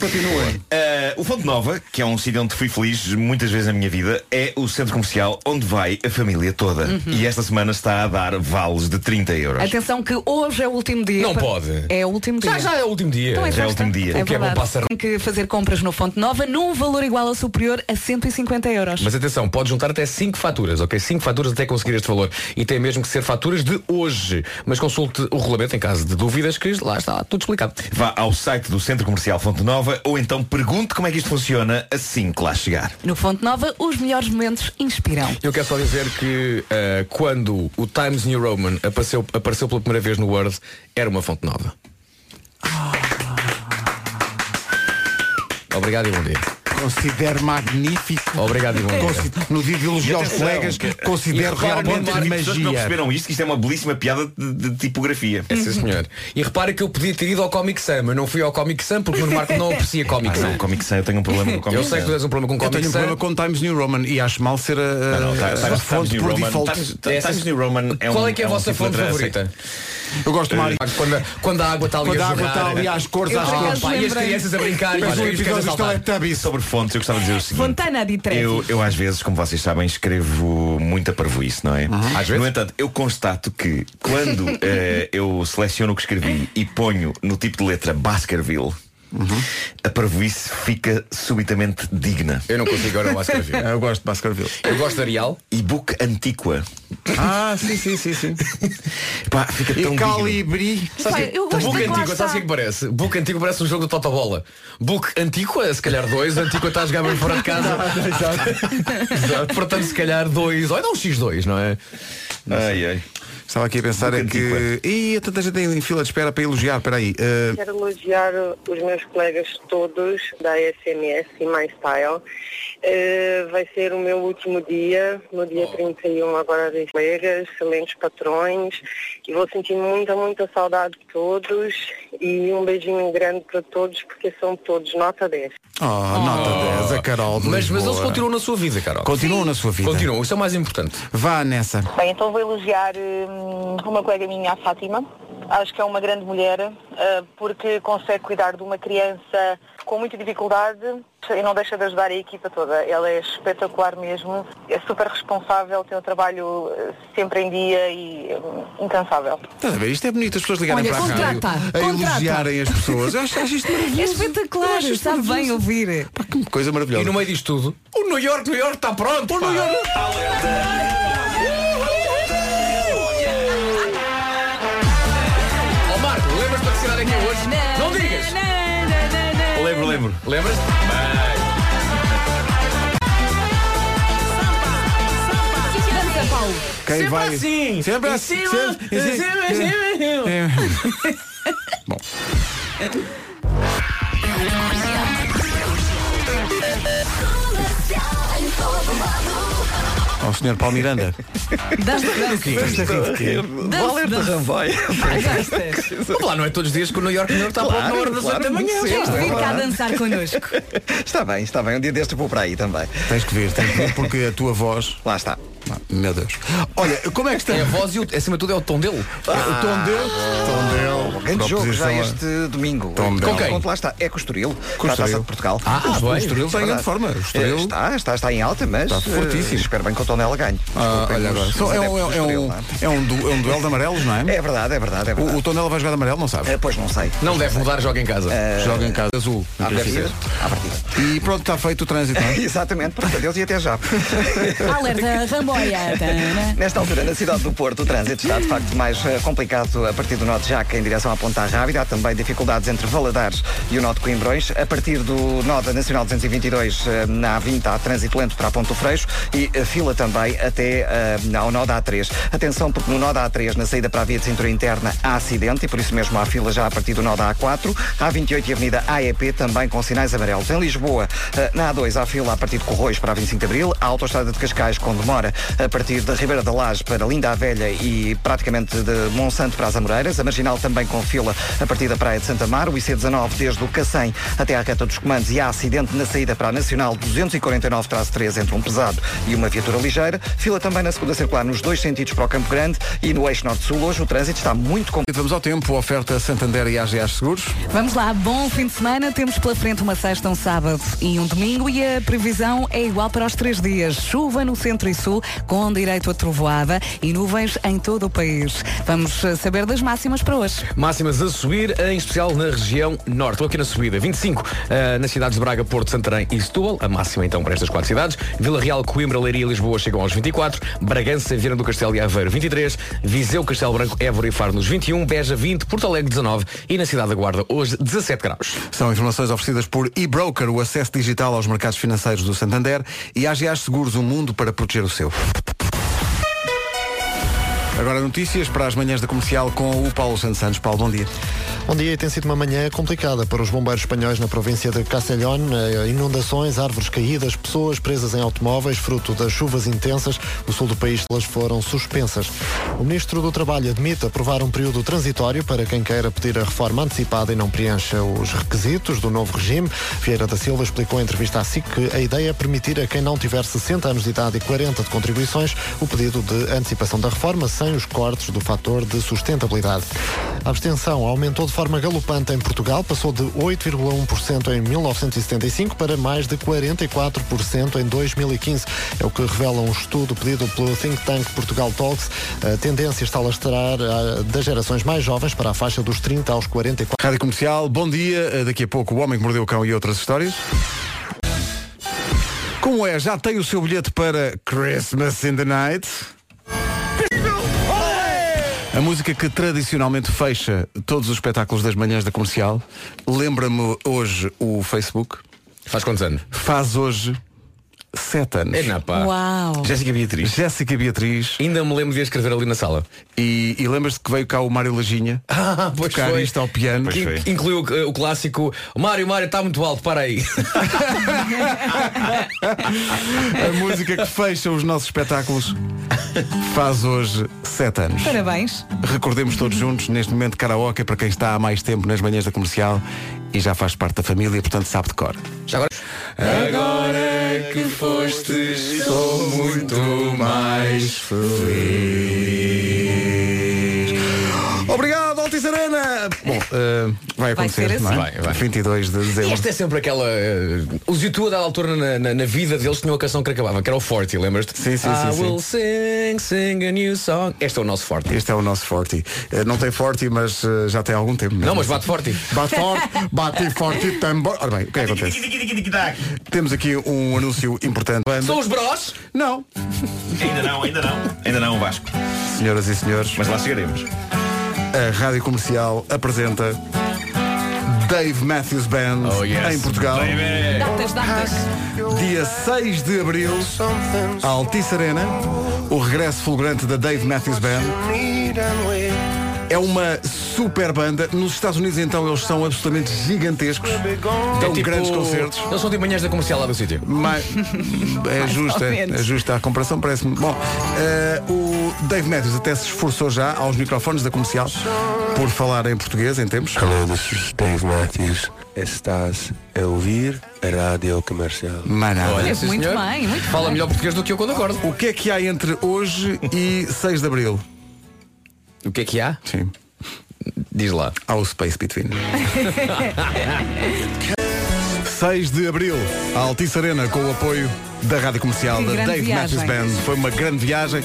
Speaker 10: Continua.
Speaker 8: Uh, o Fonte Nova, que é um sítio onde fui feliz muitas vezes na minha vida, é o centro comercial onde vai a família toda.
Speaker 1: Uhum.
Speaker 8: E esta semana está a dar vales de 30 euros.
Speaker 3: Atenção que hoje é o último dia.
Speaker 4: Não
Speaker 3: pa-
Speaker 4: pode.
Speaker 3: É o último dia.
Speaker 4: Já, já é o último dia.
Speaker 3: Então
Speaker 8: Já é o
Speaker 3: sexta.
Speaker 8: último dia.
Speaker 3: É
Speaker 4: O que é bom
Speaker 3: verdade.
Speaker 4: para a Sara-
Speaker 3: Tem que fazer compras no Fonte Nova num valor igual ou superior a 150 euros.
Speaker 4: Mas atenção, pode juntar até 5 faturas, ok? 5 faturas até conseguir este valor. E tem mesmo que ser faturas de hoje. Mas consulte o regulamento em caso de dúvidas, que lá está tudo explicado.
Speaker 8: Vá ao site do Centro Comercial Fonte Nova ou então pergunte como é que isto funciona assim que lá chegar.
Speaker 3: No Fonte Nova, os melhores momentos inspiram.
Speaker 4: Eu quero só dizer que eh, quando o Times New Roman apareceu, apareceu pela primeira vez no Word, era uma fonte nova. Obrigado e bom dia.
Speaker 10: Considero magnífico.
Speaker 4: Obrigado e bom dia.
Speaker 10: Consi- No dia de elogiar aos
Speaker 8: atenção,
Speaker 10: colegas,
Speaker 8: que-
Speaker 10: considero
Speaker 4: repara,
Speaker 10: realmente
Speaker 4: Nuno,
Speaker 8: As pessoas que não
Speaker 10: magia.
Speaker 8: perceberam isto, que isto é uma belíssima piada de, de
Speaker 3: Uhum.
Speaker 8: tipografia.
Speaker 4: É sim senhor. E repara que eu podia ter ido ao Comic Sam, eu não fui ao Comic Sam porque o Nuno Marco não aprecia Comic
Speaker 8: Não,
Speaker 4: Sam.
Speaker 8: o Comic Sans, eu tenho um problema com o Comic
Speaker 4: Eu sei que tu
Speaker 8: Sans.
Speaker 4: tens um problema com
Speaker 10: Eu
Speaker 4: Comic
Speaker 10: tenho um
Speaker 4: Sam.
Speaker 10: problema com Times New Roman e acho mal ser a,
Speaker 8: Não, tá, não,
Speaker 1: tá-
Speaker 10: a-
Speaker 8: Times-
Speaker 10: a
Speaker 8: Times
Speaker 10: fonte
Speaker 8: New
Speaker 10: por
Speaker 8: Roman-
Speaker 10: default.
Speaker 8: Times- Times New tá, Roman é um-
Speaker 4: Qual é que é a
Speaker 8: um
Speaker 4: vossa
Speaker 8: tipo de
Speaker 4: fonte
Speaker 8: letra,
Speaker 4: favorita?
Speaker 10: Eu gosto de
Speaker 1: É.
Speaker 10: Mario.
Speaker 4: Quando a, quando a água está ali
Speaker 10: Quando
Speaker 4: a
Speaker 10: a água
Speaker 4: jorrar.
Speaker 10: está ali às cores,
Speaker 3: Eu
Speaker 10: às
Speaker 3: por
Speaker 4: Ah,
Speaker 10: cores.
Speaker 3: acaso
Speaker 4: pá, e as
Speaker 3: lembrei.
Speaker 4: crianças a brincar
Speaker 10: Mas
Speaker 4: e
Speaker 10: o
Speaker 1: é
Speaker 4: os
Speaker 10: episódio
Speaker 4: cães a
Speaker 10: dos
Speaker 4: saltar.
Speaker 8: E
Speaker 10: Teletubbies.
Speaker 8: Tá, sobre fontes, eu gostava de dizer o seguinte.
Speaker 3: Fontana de Trevi.
Speaker 8: Eu, eu às vezes, como vocês sabem, escrevo muita parvoíce, não é?
Speaker 4: Uhum. Às vezes.
Speaker 8: No entanto, eu constato que quando eh, eu seleciono o que escrevi e ponho no tipo de letra Baskerville,
Speaker 4: Uhum.
Speaker 8: a parvoíce fica subitamente digna.
Speaker 4: Eu não consigo agora o Baskerville.
Speaker 10: Eu gosto de Baskerville.
Speaker 4: Eu gosto de Arial.
Speaker 8: E book antiqua.
Speaker 10: Ah, sim, sim, sim, sim.
Speaker 8: Pá, fica
Speaker 1: É
Speaker 8: tão
Speaker 10: E
Speaker 8: digno.
Speaker 10: Calibri.
Speaker 3: Epá, eu gosto
Speaker 4: Book
Speaker 3: de lá
Speaker 4: Antigo,
Speaker 3: está.
Speaker 4: sabes o que é que parece? Book Antigo parece um jogo do Totobola. Book Antigo é se calhar dois, Antigo está a jogar bem fora de casa. Exato. Portanto, se calhar dois, ou então um X2, não é?
Speaker 8: Ai, ai.
Speaker 1: Estava aqui a pensar
Speaker 8: Boca
Speaker 1: é que.
Speaker 8: antiga.
Speaker 1: Ih, há tanta gente em fila de espera para elogiar, espera aí. Eh,
Speaker 11: Quero elogiar os meus colegas todos da SMS e MyStyle. Eh, vai ser o meu último dia, no dia
Speaker 8: Oh.
Speaker 11: 31 agora dos colegas, excelentes patrões. E vou sentir muita, muita saudade de todos. E um beijinho grande para todos, porque são todos nota 10.
Speaker 1: oh, nota 10, a Carol. de
Speaker 4: Mas, mas eles
Speaker 1: Lisboa.
Speaker 4: continuam na sua vida, Carol.
Speaker 1: Continuam
Speaker 4: Sim.
Speaker 1: na sua vida.
Speaker 4: Continuam, isso é o mais importante.
Speaker 1: Vá nessa.
Speaker 11: Bem, então vou elogiar hum, uma colega minha, a Fátima. Acho que é uma grande mulher, ah, porque consegue cuidar de uma criança com muita dificuldade e não deixa de ajudar a equipa toda. Ela é espetacular mesmo, é super responsável, tem o trabalho ah, sempre em dia e hum, incansável.
Speaker 1: Estás a ver? Isto é bonito, as pessoas ligarem
Speaker 3: Olha,
Speaker 1: para a
Speaker 3: contrata,
Speaker 1: rádio a
Speaker 3: contrata.
Speaker 1: elogiarem as pessoas. Eu acho, acho isto
Speaker 3: É
Speaker 1: maravilhoso.
Speaker 3: espetacular, está bem ouvir.
Speaker 1: Pá, que coisa maravilhosa.
Speaker 4: E no meio disto tudo, o New York, New York está pronto. O New York. Oh Marco, lembras-te da cidade aqui hoje? Não digas!
Speaker 8: Lembro, lembro.
Speaker 4: Lembras-te?
Speaker 1: Quem
Speaker 4: Sempre
Speaker 1: vai...
Speaker 4: assim.
Speaker 1: Sempre
Speaker 4: Em
Speaker 1: assim.
Speaker 4: cima,
Speaker 1: sempre-
Speaker 4: em cima, em cima.
Speaker 1: É. Bom. Ao senhor Paulo Miranda.
Speaker 3: Dás-te dança.
Speaker 8: É.
Speaker 6: Valer da Ramboia.
Speaker 3: Gostas.
Speaker 4: Vamos lá, não é todos os dias que o New York, New York está
Speaker 6: Claro,
Speaker 4: pronto é? na hora das
Speaker 6: claro,
Speaker 4: 8 da manhã.
Speaker 6: muito cedo.
Speaker 3: Tens de vir cá dançar connosco.
Speaker 6: Está bem, está bem. Um dia deste eu vou para aí também.
Speaker 1: Tens que ver, tens que ver, porque a tua voz
Speaker 6: Lá está.
Speaker 1: Meu Deus. Olha, como é que está?
Speaker 4: É a voz e, o, acima de tudo, é o tom dele.
Speaker 1: o tom dele.
Speaker 6: Tondela. Ah. Grande
Speaker 1: Próprio
Speaker 6: jogo já
Speaker 1: Gisela.
Speaker 6: este domingo.
Speaker 1: Tondela.
Speaker 6: Contra-
Speaker 1: Com quem?
Speaker 6: contra- Lá está. É com o Estoril.
Speaker 1: Com o
Speaker 6: para a Taça
Speaker 1: Estoril.
Speaker 6: de Portugal.
Speaker 1: Ah, Ah, bem. o Estoril está em
Speaker 6: Verdade.
Speaker 1: grande forma. O Estoril-
Speaker 6: Eh, Está, está, está em alta, mas...
Speaker 1: Está fortíssimo.
Speaker 6: eh, Espero bem que o Tondela ganhe.
Speaker 1: Ah,
Speaker 6: Desculpem
Speaker 1: olha
Speaker 6: os-
Speaker 1: agora.
Speaker 6: os
Speaker 1: Só é um, é,
Speaker 6: adeptos do
Speaker 1: um- é
Speaker 6: Estoril,
Speaker 1: um,
Speaker 6: lá.
Speaker 1: é, um du- é um duelo de amarelos, não é?
Speaker 6: É verdade, é verdade, é
Speaker 1: O,
Speaker 6: verdade.
Speaker 1: o Tondela vai jogar de amarelo, não sabe?
Speaker 6: Eh, Pois não sei.
Speaker 4: Não deve mudar, joga em casa.
Speaker 6: É.
Speaker 1: Joga em casa azul.
Speaker 6: à
Speaker 1: em princípio.
Speaker 6: partida.
Speaker 1: E pronto, está feito o trânsito. não é?
Speaker 6: Exatamente, por Deus e até já.
Speaker 3: Alerta Ramboia. Tana.
Speaker 6: Nesta altura, na cidade do Porto, o trânsito está de facto mais eh, complicado a partir do Norte Jaca em direção à Ponta Rábida. Há também dificuldades entre Valadares e o Norte de Coimbrões. A partir do Nó da Nacional 222, eh, na A20, há trânsito lento para a Ponto Freixo e eh, fila também até eh, ao Nó da A3. Atenção, porque no Nó da A3, na saída para a via de cintura interna, há acidente e por isso mesmo há fila já a partir do Nó da A4. A 28 e a Avenida AEP também com sinais amarelos. Em Lisboa, eh, na A2, há fila a partir de Corroios para a 25 de Abril. A Autostrada de Cascais com demora a partir da Ribeira da Laje para Linda a Velha e praticamente de Monsanto para as Amoreiras. A Marginal também com fila a partir da Praia de Santa Mar. O IC19 desde o Cacém até à reta dos comandos e há acidente na saída para a Nacional 249-3 entre um pesado e uma viatura ligeira. Fila também na segunda circular nos dois sentidos para o Campo Grande e no Eixo Norte-Sul. Hoje o trânsito está muito complicado.
Speaker 1: Vamos ao tempo, oferta Santander e AGA Seguros.
Speaker 3: Vamos lá, bom fim de semana. Temos pela frente uma sexta, um sábado e um domingo e a previsão é igual para os três dias. Chuva no centro e sul, com direito a trovoada e nuvens em todo o país. Vamos eh, saber das máximas para hoje.
Speaker 4: Máximas a subir, em especial na região norte. Estou aqui na subida. 25 eh, nas cidades de Braga, Porto, Santarém e Setúbal. A máxima então para estas quatro cidades. Vila Real, Coimbra, Leiria e Lisboa chegam aos 24. Bragança, Viana do Castelo e Aveiro 23. Viseu, Castelo Branco, Évora e Faro nos 21. Beja 20, Porto Alegre 19 e na cidade da Guarda hoje 17 graus.
Speaker 1: São informações oferecidas por eBroker, o acesso digital aos mercados financeiros do Santander e AGA Seguros, o mundo para proteger o seu. Agora notícias para as manhãs da comercial com o Paulo Santos Santos. Paulo, bom dia.
Speaker 12: Bom Um dia, tem sido uma manhã complicada para os bombeiros espanhóis na província de Castellón. Eh, Inundações, árvores caídas, pessoas presas em automóveis, fruto das chuvas intensas. O sul do país elas foram suspensas. O ministro do Trabalho admite aprovar um período transitório para quem queira pedir a reforma antecipada e não preencha os requisitos do novo regime. Vieira da Silva explicou em entrevista à SIC que a ideia é permitir a quem não tiver 60 anos de idade e 40 de contribuições o pedido de antecipação da reforma sem os cortes do fator de sustentabilidade. A abstenção aumentou de forma galopante em Portugal, passou de 8,1% em 1975 para mais de 44% em 2015. É o que revela um estudo pedido pelo think tank Portugal Talks. A tendência está a lastrar ah, das gerações mais jovens para a faixa dos 30 aos 44.
Speaker 1: Rádio Comercial, bom dia. Eh, Daqui a pouco o Homem que Mordeu o Cão e outras histórias. Como é, já tem o seu bilhete para Christmas in the Night? A música que tradicionalmente fecha todos os espetáculos das manhãs da comercial lembra-me hoje o Facebook.
Speaker 4: Faz quantos anos?
Speaker 1: Faz hoje sete anos.
Speaker 4: É na pá.
Speaker 3: Uau.
Speaker 4: Jéssica Beatriz.
Speaker 1: Jéssica Beatriz.
Speaker 4: Ainda me lembro de a escrever ali na sala.
Speaker 1: E, e lembras-te que veio cá o Mário Laginha
Speaker 4: Ah, pois
Speaker 1: tocar
Speaker 4: foi.
Speaker 1: isto ao piano.
Speaker 4: Que
Speaker 1: E-
Speaker 4: incluiu eh, o clássico Mário, Mário, está muito alto, para aí.
Speaker 1: A música que fecha os nossos espetáculos faz hoje sete anos.
Speaker 3: Parabéns.
Speaker 4: Ah.
Speaker 1: Recordemos todos juntos, neste momento, karaoke é para quem está há mais tempo nas manhãs da comercial e já faz parte da família, portanto sabe de cor.
Speaker 4: Já agora.
Speaker 1: Agora que foste, sou muito mais feliz. Obrigado, Altice Arena! Bom, eh, vai acontecer,
Speaker 3: ser assim.
Speaker 1: não é?
Speaker 4: Vai, vai.
Speaker 1: 22 de
Speaker 4: E
Speaker 1: dezembro.
Speaker 4: esta é sempre aquela. eh, os YouTube a dada altura na, na- na vida deles tinham a canção que acabava, que era o Forte, lembras-te?
Speaker 1: Sim, sim,
Speaker 4: I
Speaker 1: sim, sim.
Speaker 4: will sing, sing a new song. Este é o nosso Forte.
Speaker 1: Este é o nosso Forte. Eh, Não tem Forte, mas eh, já tem algum tempo.
Speaker 4: Não, mas bate forte.
Speaker 1: Bate forte, bate forte tambor. Ora bem, o que é que acontece? Temos aqui um anúncio importante.
Speaker 4: São os bros?
Speaker 1: Não.
Speaker 8: Ainda não, ainda não. Ainda não, Vasco.
Speaker 1: Senhoras e senhores,
Speaker 8: Mas lá chegaremos.
Speaker 1: a Rádio Comercial apresenta Dave Matthews Band
Speaker 4: Oh, yes,
Speaker 1: em Portugal.
Speaker 8: baby.
Speaker 3: Datas, datas.
Speaker 4: Ah,
Speaker 1: Dia 6 de Abril, a Altice Arena, o regresso fulgurante da Dave Matthews Band. É uma super banda. Nos Estados Unidos, então, eles são absolutamente gigantescos. Dão
Speaker 4: É tipo-
Speaker 1: grandes concertos.
Speaker 4: Eles são de manhãs da comercial lá do sítio.
Speaker 1: Mas é
Speaker 4: Mais
Speaker 1: justa,
Speaker 4: ou
Speaker 1: é,
Speaker 4: menos.
Speaker 1: justa a comparação, parece-me. Bom, eh, o Dave Matthews até se esforçou já aos microfones da comercial por falar em português em tempos.
Speaker 13: Hello, this is Dave Matthews. Estás a ouvir a Rádio Comercial.
Speaker 1: Manada.
Speaker 4: Olha, sim, senhor. Fala melhor português do que eu quando acordo.
Speaker 1: O que é que há entre hoje e 6 de Abril?
Speaker 4: O que é que há?
Speaker 1: Sim.
Speaker 4: Diz lá.
Speaker 1: Há o Space Between. 6 de Abril, a Altice Arena, com o apoio da Rádio Comercial,
Speaker 14: Que
Speaker 1: da
Speaker 14: grande
Speaker 1: Dave
Speaker 14: viagem.
Speaker 1: Matthews Band. Foi uma grande viagem.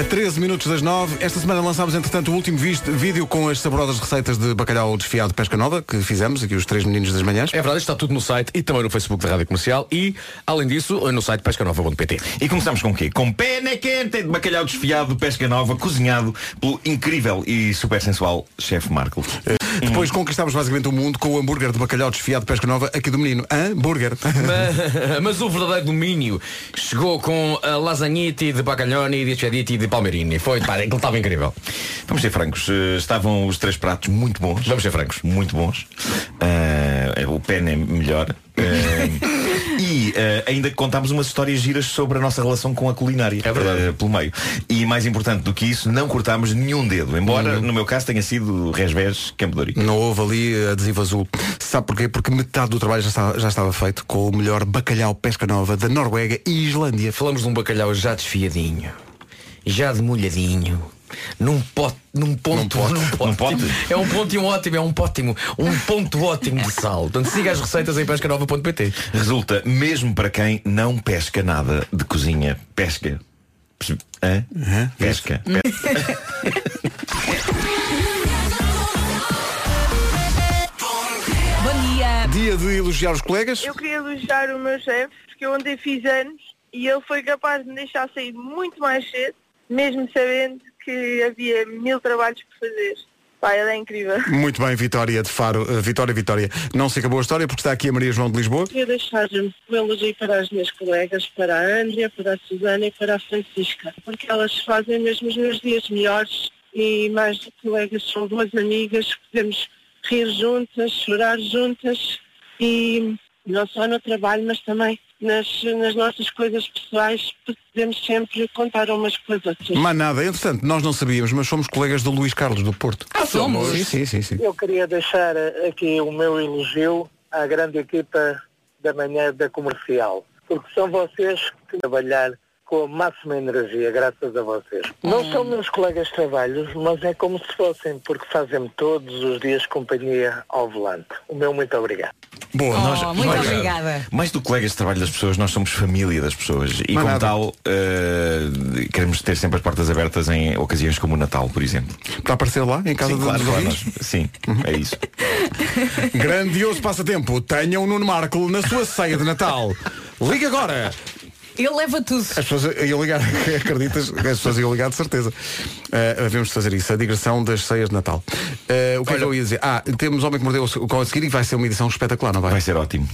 Speaker 1: A 13 minutos das 9, esta semana lançámos, entretanto, o último visto- vídeo com as saborosas receitas de bacalhau desfiado de pesca nova, que fizemos aqui os três meninos das manhãs.
Speaker 4: É verdade, está tudo no site e também no Facebook da Rádio Comercial e, além disso, no site pescanova.pt.
Speaker 8: E começamos com o quê? Com pena quente de bacalhau desfiado, pesca nova, cozinhado pelo incrível e super sensual chefe Marco.
Speaker 1: Depois conquistámos basicamente o mundo com o hambúrguer de bacalhau desfiado de pesca nova aqui do menino. Hambúrguer.
Speaker 4: mas, mas o verdadeiro domínio chegou com a lasagniti de bacalhoni, de chediti de palmeirini. Foi, pá, aquilo estava incrível.
Speaker 8: Vamos ser francos, eh, estavam os três pratos muito bons. Vamos ser francos. Muito bons. Ah, o pen é melhor. Ah, e ah, ainda contámos umas histórias giras sobre a nossa relação com a culinária. É verdade. pelo meio. E mais importante do que isso, não cortámos nenhum dedo. Embora, no meu caso, tenha sido resvés Campo de Ourique.
Speaker 1: Não houve ali adesivo azul. Sabe porquê? Porque metade do trabalho já estava, já estava feito com o melhor bacalhau pesca nova da Noruega e Islândia.
Speaker 4: Falamos de um bacalhau já desfiadinho, já demolhadinho, num pote, num ponto, num pote. É um ponto e um ótimo, é um ótimo, um ponto ótimo de sal. Portanto, siga as receitas em pescanova.pt.
Speaker 8: Resulta, mesmo para quem não pesca nada de cozinha, pesca. Perce- Hã? Pesca.
Speaker 3: Bom dia.
Speaker 1: Dia de elogiar os colegas.
Speaker 15: Eu queria elogiar o meu chefe, porque eu ontem fiz anos e ele foi capaz de me deixar sair muito mais cedo, mesmo sabendo que havia mil trabalhos por fazer. Pá, ele é incrível.
Speaker 1: Muito bem, Vitória de Faro. Uh, Vitória, Vitória. Não se acabou a história porque está aqui a Maria João de Lisboa.
Speaker 16: Queria deixar um elogio para as minhas colegas, para a Andrea, para a Susana e para a Francisca, porque elas fazem mesmo os meus dias melhores e mais do que colegas são duas amigas que podemos rir juntas, chorar juntas e não só no trabalho, mas também nas, nas nossas coisas pessoais podemos sempre contar umas com as outras.
Speaker 1: Mas nada, entretanto, nós não sabíamos, mas somos colegas do Luís Carlos do Porto.
Speaker 16: Ah, somos?
Speaker 1: Sim, sim, sim. sim.
Speaker 17: Eu queria deixar aqui o meu elogio à grande equipa da manhã da comercial, porque são vocês que trabalhar com a máxima energia, graças a vocês. Não são meus colegas de trabalho, mas é como se fossem, porque fazem-me todos os dias companhia ao volante. O meu muito obrigado.
Speaker 8: Boa, nós,
Speaker 17: muito obrigada.
Speaker 8: Mais do que colegas de trabalho das pessoas, nós somos família das pessoas. E
Speaker 1: Mais
Speaker 8: como
Speaker 1: nada.
Speaker 8: tal, eh, queremos ter sempre as portas abertas em ocasiões como o Natal, por exemplo.
Speaker 1: Para aparecer lá, em casa
Speaker 8: Sim,
Speaker 1: de-
Speaker 8: claro,
Speaker 1: dos
Speaker 8: claro,
Speaker 1: ouvintes?
Speaker 8: nós- Sim, é isso.
Speaker 1: Grandioso passatempo. Tenham o Nuno Marco na sua ceia de Natal. Liga agora!
Speaker 3: Ele leva tudo. As
Speaker 1: pessoas iam ligar, acreditas? As pessoas iam ligar de certeza. Uh, havemos de fazer isso, a digressão das ceias de Natal. Uh, o que é que eu ia dizer? Ah, temos Homem que Mordeu o Cão a seguir e vai ser uma edição espetacular, não vai? Vai
Speaker 8: ser ótimo.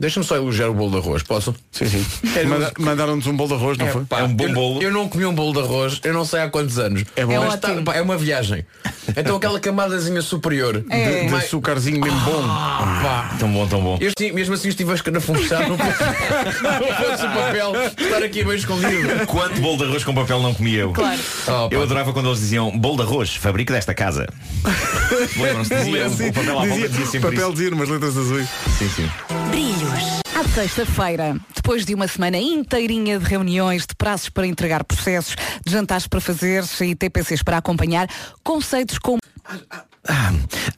Speaker 4: Deixa-me só elogiar o bolo de arroz, posso?
Speaker 1: Sim, sim. Manda- Mandaram-nos um bolo de arroz, não foi?
Speaker 8: É
Speaker 4: Pá, eu, Eu não comi um bolo de arroz, eu não sei há quantos anos. É
Speaker 1: bom.
Speaker 4: Mas
Speaker 1: É
Speaker 4: tá-
Speaker 1: ótimo.
Speaker 4: pá, é uma viagem. Então aquela camadazinha superior
Speaker 1: É. De, de
Speaker 4: mais-
Speaker 1: açucarzinho mesmo bom.
Speaker 4: Ah,
Speaker 8: Tão bom, tão bom.
Speaker 4: Eu esti- mesmo assim estive a escanafunchar Não fosse o papel Estar aqui bem escondido
Speaker 8: Quanto bolo de arroz com papel não comia eu?
Speaker 4: Claro.
Speaker 8: eu adorava quando eles diziam bolo de arroz, fabrico desta casa. Lembram-se? Dizia,
Speaker 4: um
Speaker 1: Sim,
Speaker 8: o papel à volta
Speaker 1: assim, dizia-
Speaker 8: dizia sempre
Speaker 1: papel
Speaker 8: isso.
Speaker 1: dizia umas letras azuis.
Speaker 8: Sim, sim.
Speaker 3: Brilhos. À sexta-feira, depois de uma semana inteirinha de reuniões, de prazos para entregar processos, de jantares para fazer e TPCs para acompanhar, conceitos como.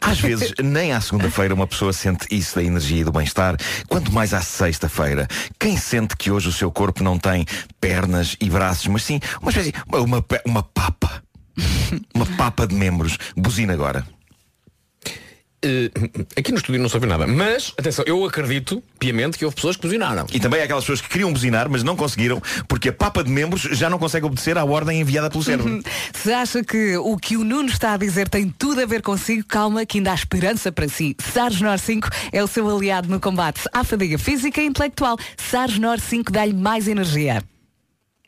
Speaker 8: Às vezes, nem à segunda-feira uma pessoa sente isso da energia e do bem-estar, quanto mais à sexta-feira. Quem sente que hoje o seu corpo não tem pernas e braços, mas sim uma espécie, uma, uma, pe- uma papa. Uma papa de membros. Buzina agora.
Speaker 4: Eh, Aqui no estúdio não se ouviu nada Mas, atenção, eu acredito piamente que houve pessoas que buzinaram
Speaker 8: E também há aquelas pessoas que queriam buzinar, mas não conseguiram, porque a papa de membros já não consegue obedecer à ordem enviada pelo
Speaker 1: Uhum.
Speaker 8: cérebro.
Speaker 3: Se acha que o que o Nuno está a dizer tem tudo a ver consigo, calma que ainda há esperança para si. SARS NOR 5 é o seu aliado no combate à fadiga física e intelectual. SARS NOR 5 dá-lhe mais energia.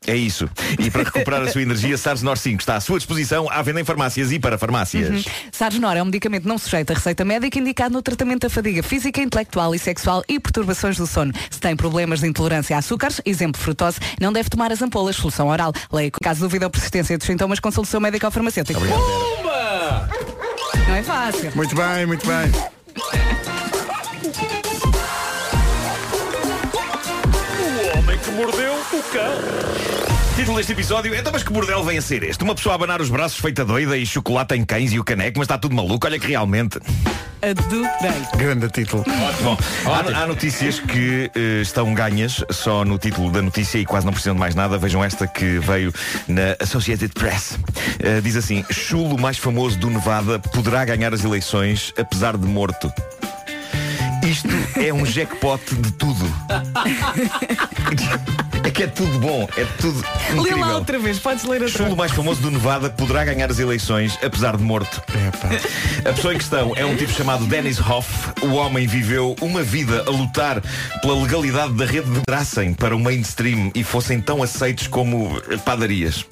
Speaker 8: É isso. E para recuperar a sua energia, SARS NOR 5 está à sua disposição à venda em farmácias e para farmácias.
Speaker 3: Sargenor é um medicamento não sujeito a receita médica indicado no tratamento da fadiga física, intelectual e sexual e perturbações do sono. Se tem problemas de intolerância a açúcares, exemplo frutose, não deve tomar as ampolas, solução oral. Leia, caso dúvida ou persistência dos sintomas, consulte o seu médico ou farmacêutico.
Speaker 4: Pumba!
Speaker 3: Não é fácil.
Speaker 1: Muito bem, muito bem.
Speaker 8: O homem que mordeu o cão. Título deste episódio é mas que bordel vem a ser este? Uma pessoa a abanar os braços feita doida e chocolate em cães e o caneco, mas está tudo maluco, olha que realmente.
Speaker 3: Adorei.
Speaker 1: Grande título.
Speaker 8: Bom, há, há notícias que eh, estão ganhas só no título da notícia e quase não precisam de mais nada. Vejam esta que veio na Associated Press. Eh, diz assim, chulo mais famoso do Nevada poderá ganhar as eleições apesar de morto. Isto é um jackpot de tudo. É que é tudo bom, é tudo
Speaker 3: Lê lá
Speaker 8: incrível.
Speaker 3: outra vez, podes ler outra
Speaker 8: Chulo mais famoso do Nevada poderá ganhar as eleições, apesar de morto. A pessoa em questão é um tipo chamado Dennis Hoff. O homem viveu uma vida a lutar pela legalidade da rede de Drassen para o mainstream e fossem tão aceitos como eh, padarias.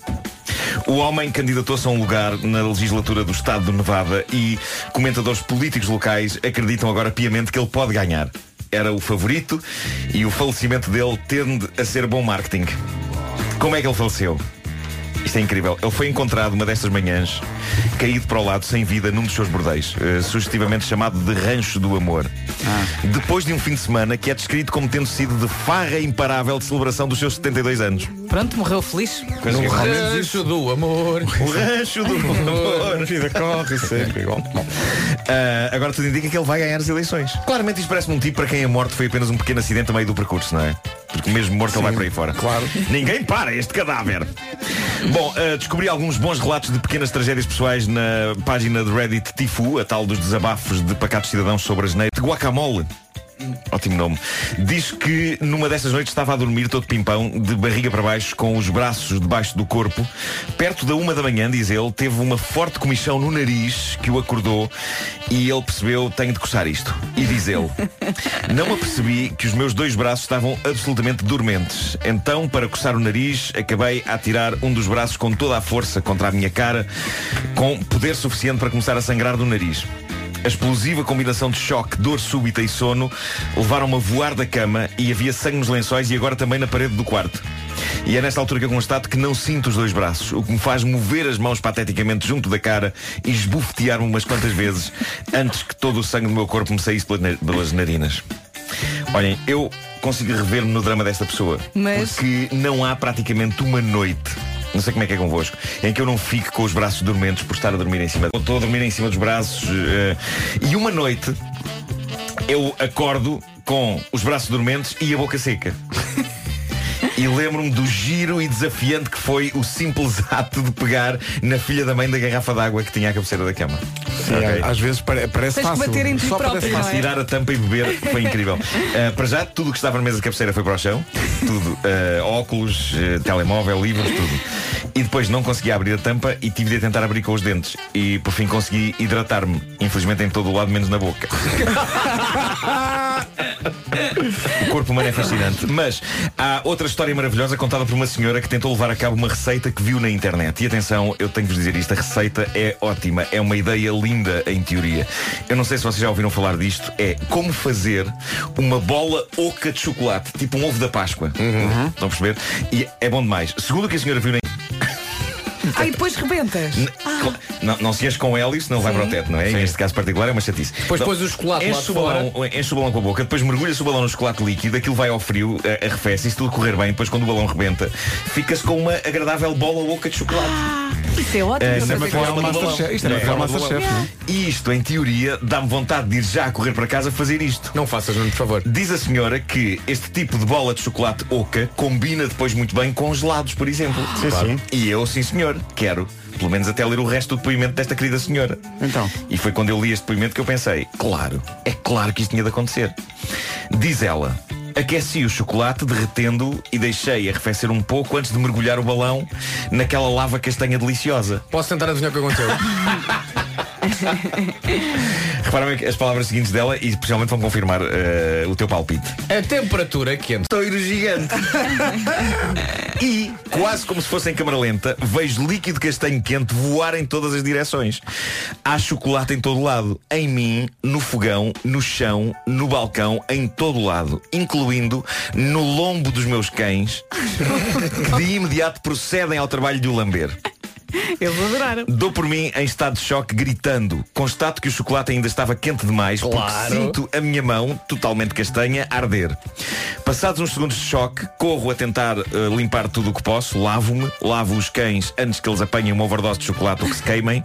Speaker 8: O homem candidatou-se a um lugar na legislatura do estado do Nevada e comentadores políticos locais acreditam agora piamente que ele pode ganhar. Era o favorito e o falecimento dele tende a ser bom marketing. Como é que ele faleceu? Isto é incrível. Ele foi encontrado uma destas manhãs, caído para o lado, sem vida, num dos seus bordéis, eh, sugestivamente chamado de Rancho do Amor.
Speaker 3: Ah.
Speaker 8: Depois de um fim de semana que é descrito como tendo sido de farra imparável de celebração dos seus 72 anos.
Speaker 3: vez. Pronto, morreu feliz.
Speaker 8: Coisa que acontece.
Speaker 4: do amor.
Speaker 8: O rancho do amor. A vida corre sempre igual. Bom, ah, agora tudo indica que ele vai ganhar as eleições. Claramente isto parece-me um tipo para quem a morte foi apenas um pequeno acidente a meio do percurso, não é? Porque mesmo morto ele vai para aí fora. Claro. Ninguém para este cadáver. Bom, ah, descobri alguns bons relatos de pequenas tragédias pessoais na página de Reddit Tifu, a tal dos desabafos de pacatos cidadãos sobre as neiras. De guacamole. Ótimo nome. Diz que numa dessas noites estava a dormir todo pimpão, de barriga para baixo, com os braços debaixo do corpo. Perto da uma da manhã, diz ele, teve uma forte comichão no nariz que o acordou e ele percebeu, tenho de coçar isto. E diz ele, não apercebi que os meus dois braços estavam absolutamente dormentes. Então, para coçar o nariz, acabei a tirar um dos braços com toda a força contra a minha cara, com poder suficiente para começar a sangrar do nariz. A explosiva combinação de choque, dor súbita e sono levaram-me a voar da cama e havia sangue nos lençóis e agora também na parede do quarto. E é nesta altura que eu constato que não sinto os dois braços, o que me faz mover as mãos pateticamente junto da cara e esbufetear-me umas quantas vezes antes que todo o sangue do meu corpo me saísse pelas na- pelas narinas. Olhem, eu consigo rever-me no drama desta pessoa.
Speaker 3: Mas-
Speaker 8: Porque não há praticamente uma noite. Não sei como é que é convosco, em que eu não fique com os braços dormentes por estar a dormir em cima. Eu Estou a dormir em cima dos braços. eh, e uma noite eu acordo com os braços dormentes e a boca seca. E lembro-me do giro e desafiante que foi o simples ato de pegar na filha da mãe da garrafa d'água que tinha à cabeceira da cama.
Speaker 1: Sim,
Speaker 8: Ok?
Speaker 1: É, Às vezes pare- parece
Speaker 3: Tens que
Speaker 1: fácil.
Speaker 3: bater em ti
Speaker 1: Só
Speaker 3: próprio,
Speaker 1: parece
Speaker 3: não é?
Speaker 1: fácil.
Speaker 8: Tirar a tampa e beber foi incrível. Uh, para já, tudo o que estava na mesa de cabeceira foi para o chão. Tudo. Uh, óculos, uh, telemóvel, livros, tudo. E depois não conseguia abrir a tampa e tive de a tentar abrir com os dentes. E por fim consegui hidratar-me. Infelizmente em todo o lado, menos na boca. O corpo humano é fascinante. Mas há outra história maravilhosa contada por uma senhora que tentou levar a cabo uma receita que viu na internet. E atenção, eu tenho que vos dizer isto, a receita é ótima, é uma ideia linda em teoria. Eu não sei se vocês já ouviram falar disto, é como fazer uma bola oca de chocolate, tipo um ovo da Páscoa. Estão a perceber? E é bom demais. Segundo o que a senhora viu na
Speaker 3: Aí depois rebentas.
Speaker 8: Ah. não, não se enche com hélio, senão vai para o teto, não é? Neste caso particular é uma chatice.
Speaker 4: Depois
Speaker 8: Não,
Speaker 4: pôs o chocolate lá
Speaker 8: enche
Speaker 4: de
Speaker 8: o balão, Enche o balão com a boca, depois mergulha-se o balão no chocolate líquido, aquilo vai ao frio, a- arrefece, e se tudo correr bem, depois quando o balão rebenta, fica-se com uma agradável bola oca de chocolate.
Speaker 1: Ah,
Speaker 3: Isso é ótimo. para
Speaker 8: É, isto é uma
Speaker 3: fazer
Speaker 8: forma
Speaker 3: com
Speaker 8: de
Speaker 3: balão.
Speaker 8: balão.
Speaker 1: isto é uma forma de balão.
Speaker 8: E Isto, em teoria, dá-me vontade de ir já a correr para casa fazer isto.
Speaker 4: Não faças, não, por favor.
Speaker 8: Diz a senhora que este tipo de bola de chocolate oca combina depois muito bem com gelados, por exemplo.
Speaker 1: Ah, Sim, sim.
Speaker 8: E eu, sim senhor, quero. Pelo menos até ler o resto do depoimento desta querida senhora.
Speaker 1: Então.
Speaker 8: E foi quando eu li este depoimento que eu pensei, claro, é claro que isto tinha de acontecer. Diz ela, aqueci o chocolate derretendo e deixei arrefecer um pouco antes de mergulhar o balão naquela lava castanha deliciosa.
Speaker 4: Posso tentar adivinhar o que aconteceu?
Speaker 8: Reparam as palavras seguintes dela e especialmente vão confirmar eh, o teu palpite.
Speaker 4: A temperatura quente.
Speaker 8: Toiro gigante. e, quase como se fosse em câmara lenta, vejo líquido castanho quente voar em todas as direções. Há chocolate em todo lado. Em mim, no fogão, no chão, no balcão, em todo lado. Incluindo no lombo dos meus cães, que de imediato procedem ao trabalho de o lamber.
Speaker 14: Eles adoraram.
Speaker 8: Dou por mim em estado de choque gritando. Constato que o chocolate ainda estava quente demais
Speaker 14: Claro.
Speaker 8: porque sinto a minha mão, totalmente castanha, arder. Passados uns segundos de choque, corro a tentar eh, limpar tudo o que posso, lavo-me, lavo os cães antes que eles apanhem uma overdose de chocolate ou que se queimem.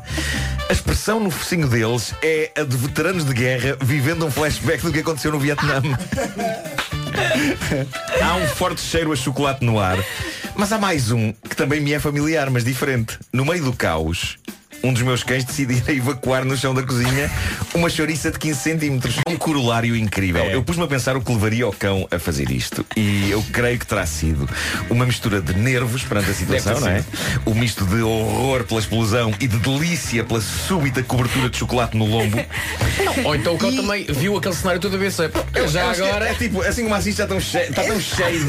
Speaker 8: A expressão no focinho deles é a de veteranos de guerra vivendo um flashback do que aconteceu no Vietnã. Há um forte cheiro a chocolate no ar. Mas há mais um que também me é familiar, mas diferente. No meio do caos, um dos meus cães decidiu evacuar no chão da cozinha uma chouriça de 15 centímetros. Um corolário incrível.
Speaker 14: É.
Speaker 8: Eu pus-me a pensar o que levaria o cão a fazer isto. E eu creio que terá sido uma mistura de nervos perante a situação,
Speaker 14: Deve
Speaker 8: não
Speaker 14: ter
Speaker 8: é? O misto de horror pela explosão e de delícia pela súbita cobertura de chocolate no lombo.
Speaker 4: Não, ou então o cão também viu aquele cenário todo a ver é, já
Speaker 8: acho que
Speaker 4: agora.
Speaker 8: É, é tipo, assim como assiste, está tão cheio, está tão cheio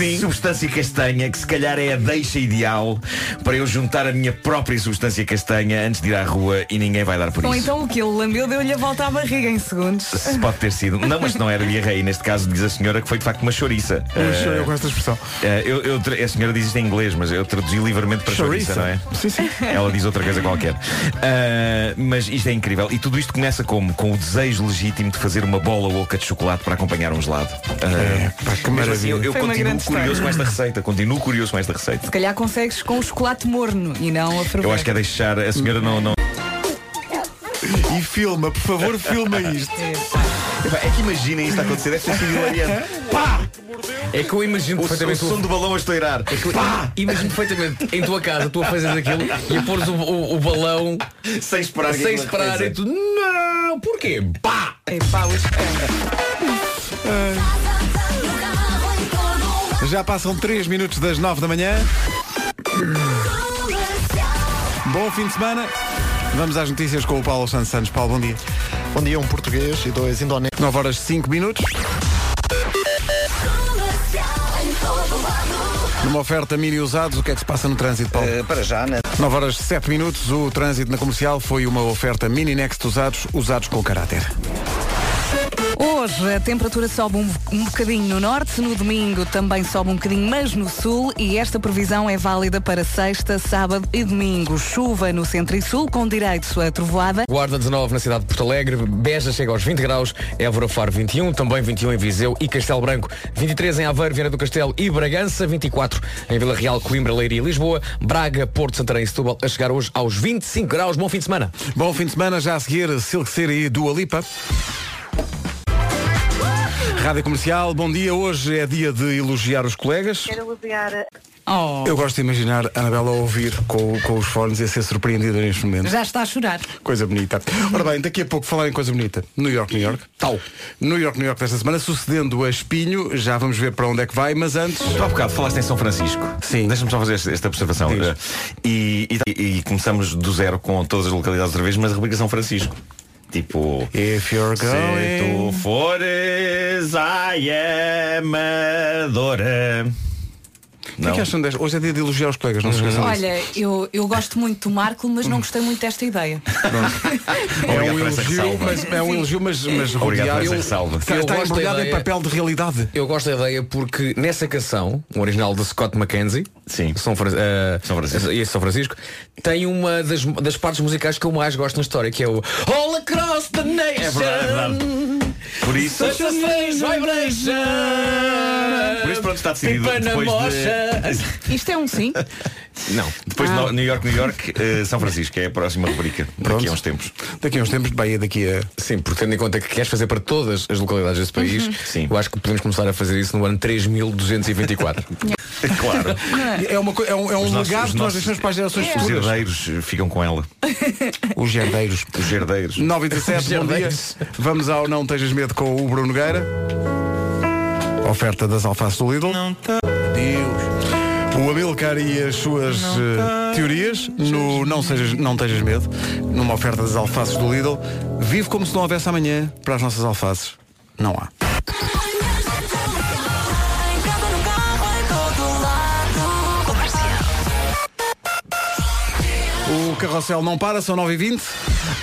Speaker 8: de substância castanha que se calhar é a deixa ideal para eu juntar a minha própria substância castanha antes de ir à rua e ninguém vai dar por
Speaker 3: Ou
Speaker 8: isso.
Speaker 3: então o que ele lambeu deu-lhe a volta à barriga em segundos.
Speaker 8: Se pode ter sido. Não, mas não era diarreia. Neste caso diz a senhora que foi de facto uma chouriça.
Speaker 1: Uma
Speaker 8: Eh,
Speaker 1: chouriça, eu gosto da expressão.
Speaker 8: eh, eu- eu tra- a senhora diz isto em inglês, mas eu traduzi livremente para chouriça, não é?
Speaker 1: Sim, sim.
Speaker 8: Ela diz outra coisa qualquer. Ah, mas isto é incrível. E tudo isto começa como? Com o desejo legítimo de fazer uma bola oca de chocolate para acompanhar um gelado.
Speaker 1: É.
Speaker 8: Ah, mesmo assim, eu, eu
Speaker 3: Foi uma
Speaker 8: continuo
Speaker 3: grande
Speaker 8: curioso
Speaker 3: história.
Speaker 8: com esta receita. Continuo curioso com esta receita.
Speaker 3: Se calhar consegues com o chocolate morno e não a ferver.
Speaker 8: Eu acho que é deixar a senhora não. não...
Speaker 4: assim.
Speaker 1: E filma, por favor, filma isto.
Speaker 8: Epá, É que imaginem isto a acontecer, deve ter sido hilariante. Pá!
Speaker 4: É que eu imagino
Speaker 8: O
Speaker 4: perfeitamente
Speaker 8: som- o som do balão a estourar.
Speaker 4: É que eu Imagino perfeitamente em tua casa, tu a fazes aquilo e a pôres o, o- o balão
Speaker 8: sem esperar
Speaker 4: sem
Speaker 8: que aquilo
Speaker 4: esperar e
Speaker 8: aconteça.
Speaker 4: tu não, porquê? Pá!
Speaker 1: Já passam 3 minutos das 9 da manhã. Bom fim de semana. Vamos às notícias com o Paulo Santos Santos. Paulo, bom dia.
Speaker 12: Bom dia, um português e dois indonésios.
Speaker 1: 9 horas 5 minutos. Numa oferta mini usados, o que é que se passa no trânsito, Paulo?
Speaker 6: para já, né?
Speaker 1: 9 horas 7 minutos, o trânsito na comercial foi uma oferta mini next usados, usados com caráter.
Speaker 3: Hoje a temperatura sobe um, um bocadinho no norte, no domingo também sobe um bocadinho, mas no sul, e esta previsão é válida para sexta, sábado e domingo. Chuva no centro e sul, com direito a trovoada.
Speaker 4: Guarda 19 na cidade de Porto Alegre, Beja chega aos 20 graus, Évora Faro 21, também 21 em Viseu e Castelo Branco, 23 em Aveiro, Viana do Castelo e Bragança, 24 em Vila Real, Coimbra, Leiria e Lisboa, Braga, Porto, Santarém e Setúbal a chegar hoje aos 25 graus. Bom fim de semana.
Speaker 1: Bom fim de semana, já a seguir Silk City e Dua Lipa. Rádio Comercial, bom dia. Hoje é dia de elogiar os colegas.
Speaker 16: Quero elogiar.
Speaker 3: Oh.
Speaker 1: Eu gosto de imaginar a Anabela a ouvir com, com os fones e a ser surpreendida neste momento.
Speaker 14: Já está a chorar.
Speaker 1: Coisa bonita. Ora bem, daqui a pouco falar em coisa bonita. New York, New York. Tal. New York, New York desta semana, sucedendo a Espinho. Já vamos ver para onde é que vai, mas antes.
Speaker 8: Tu há bocado falaste em São Francisco. Sim. Deixa-me só fazer esta, esta observação. Eh, E, tá- e- e começamos do zero com todas as localidades outra vez, mas a República São Francisco. Tipo.
Speaker 1: If you're
Speaker 8: Se tu fores, I am adoram.
Speaker 1: O que é que acham desta? Hoje é dia de elogiar os colegas, não se esqueçam disso.
Speaker 14: Olha, eu, eu gosto muito do Marco, mas não gostei muito desta ideia.
Speaker 1: É um
Speaker 8: por essa
Speaker 1: elogio,
Speaker 8: ressalva.
Speaker 1: mas, é um elogio, mas, mas
Speaker 8: Obrigado por
Speaker 1: rodeado-
Speaker 8: essa ressalva.
Speaker 1: Está,
Speaker 4: Eu
Speaker 1: está
Speaker 4: gosto da
Speaker 1: embrulhado em
Speaker 4: ideia.
Speaker 1: papel de realidade.
Speaker 4: Eu gosto da ideia porque nessa canção, o original de Scott McKenzie, Sim. São, Fran- eh, e São Francisco, tem uma das, das partes musicais que eu mais gosto na história, que é o All Across the Nation.
Speaker 14: É verdade,
Speaker 8: Por isso.
Speaker 14: Such a strange vibration.
Speaker 8: Por isso pronto está decidido.
Speaker 14: Pipa na
Speaker 8: Depois de...
Speaker 14: mocha.
Speaker 3: Isto é um sim.
Speaker 8: Não. Depois de
Speaker 3: Ah.
Speaker 8: No- New York, New York, eh, São Francisco é a próxima rubrica. Daqui a uns tempos.
Speaker 1: Daqui a uns tempos, bem, é daqui a.
Speaker 4: Sim, porque tendo em conta que queres fazer para todas as localidades desse país,
Speaker 14: Uhum.
Speaker 4: eu acho que podemos começar a fazer isso no ano 3224.
Speaker 8: claro.
Speaker 1: É, uma, co- é um, é um
Speaker 8: Os nossos-
Speaker 1: legado
Speaker 8: os
Speaker 1: que nós
Speaker 8: nossos-
Speaker 1: deixamos para as gerações
Speaker 8: Os
Speaker 1: futuras.
Speaker 8: herdeiros eh, ficam com ela.
Speaker 1: Os herdeiros.
Speaker 8: Os herdeiros.
Speaker 1: 9 e 17, bom dia. Vamos ao Não Tejas Medo com o Bruno Nogueira. Oferta das alfaces do Lidl. Deus. O Amilcar e as suas eh, teorias no não, sejas, não Tejas Medo, numa oferta das alfaces do Lidl. Vive como se não houvesse amanhã para as nossas alfaces. Não há. O carrossel não para, são 9h20.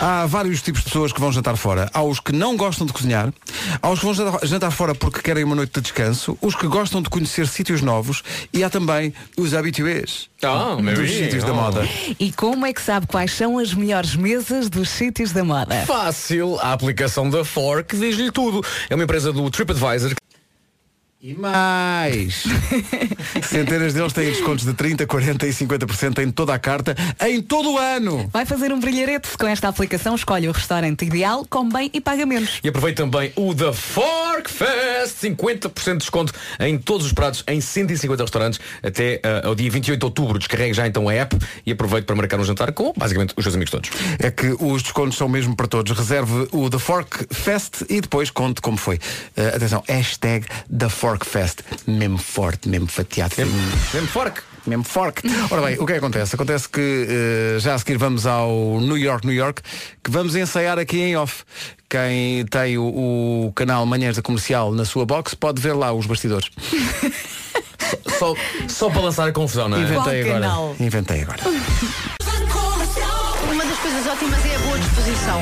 Speaker 1: Há vários tipos de pessoas que vão jantar fora. Há os que não gostam de cozinhar, há os que vão jantar- jantar fora porque querem uma noite de descanso, os que gostam de conhecer sítios novos e há também os habitués
Speaker 17: Ah,
Speaker 1: dos
Speaker 17: Mary,
Speaker 1: sítios da
Speaker 17: oh.
Speaker 1: moda.
Speaker 3: E como é que sabe quais são as melhores mesas dos sítios da moda?
Speaker 17: Fácil, a aplicação da Fork diz-lhe tudo. É uma empresa do TripAdvisor.
Speaker 18: E mais!
Speaker 1: Centenas deles têm descontos de 30, 40 e 50% em toda a carta, em todo o ano.
Speaker 3: Vai fazer um brilharete com esta aplicação, escolhe o restaurante ideal, come bem e paga menos.
Speaker 17: E aproveite também o The Fork Fest, 50% de desconto em todos os pratos em 150 restaurantes até ah, ao dia 28 de outubro. Descarregue já então a app e aproveite para marcar um jantar com basicamente os seus amigos todos.
Speaker 1: É que os descontos são mesmo para todos. Reserve o The Fork Fest e depois conte como foi. Eh, atenção, hashtag The Fork Fest. Mesmo forte, mesmo fatiado. Mesmo,
Speaker 17: fork.
Speaker 1: Mesmo fork. Ora bem, o que é que acontece? Acontece que eh, já a seguir vamos ao New York, New York, que vamos ensaiar aqui em off. Quem tem o, o canal Manhãs da Comercial na sua box pode ver lá os bastidores.
Speaker 17: Só, só para lançar a confusão, não é?
Speaker 1: Inventei agora. Inventei agora.
Speaker 5: Uma das coisas ótimas é a boa disposição.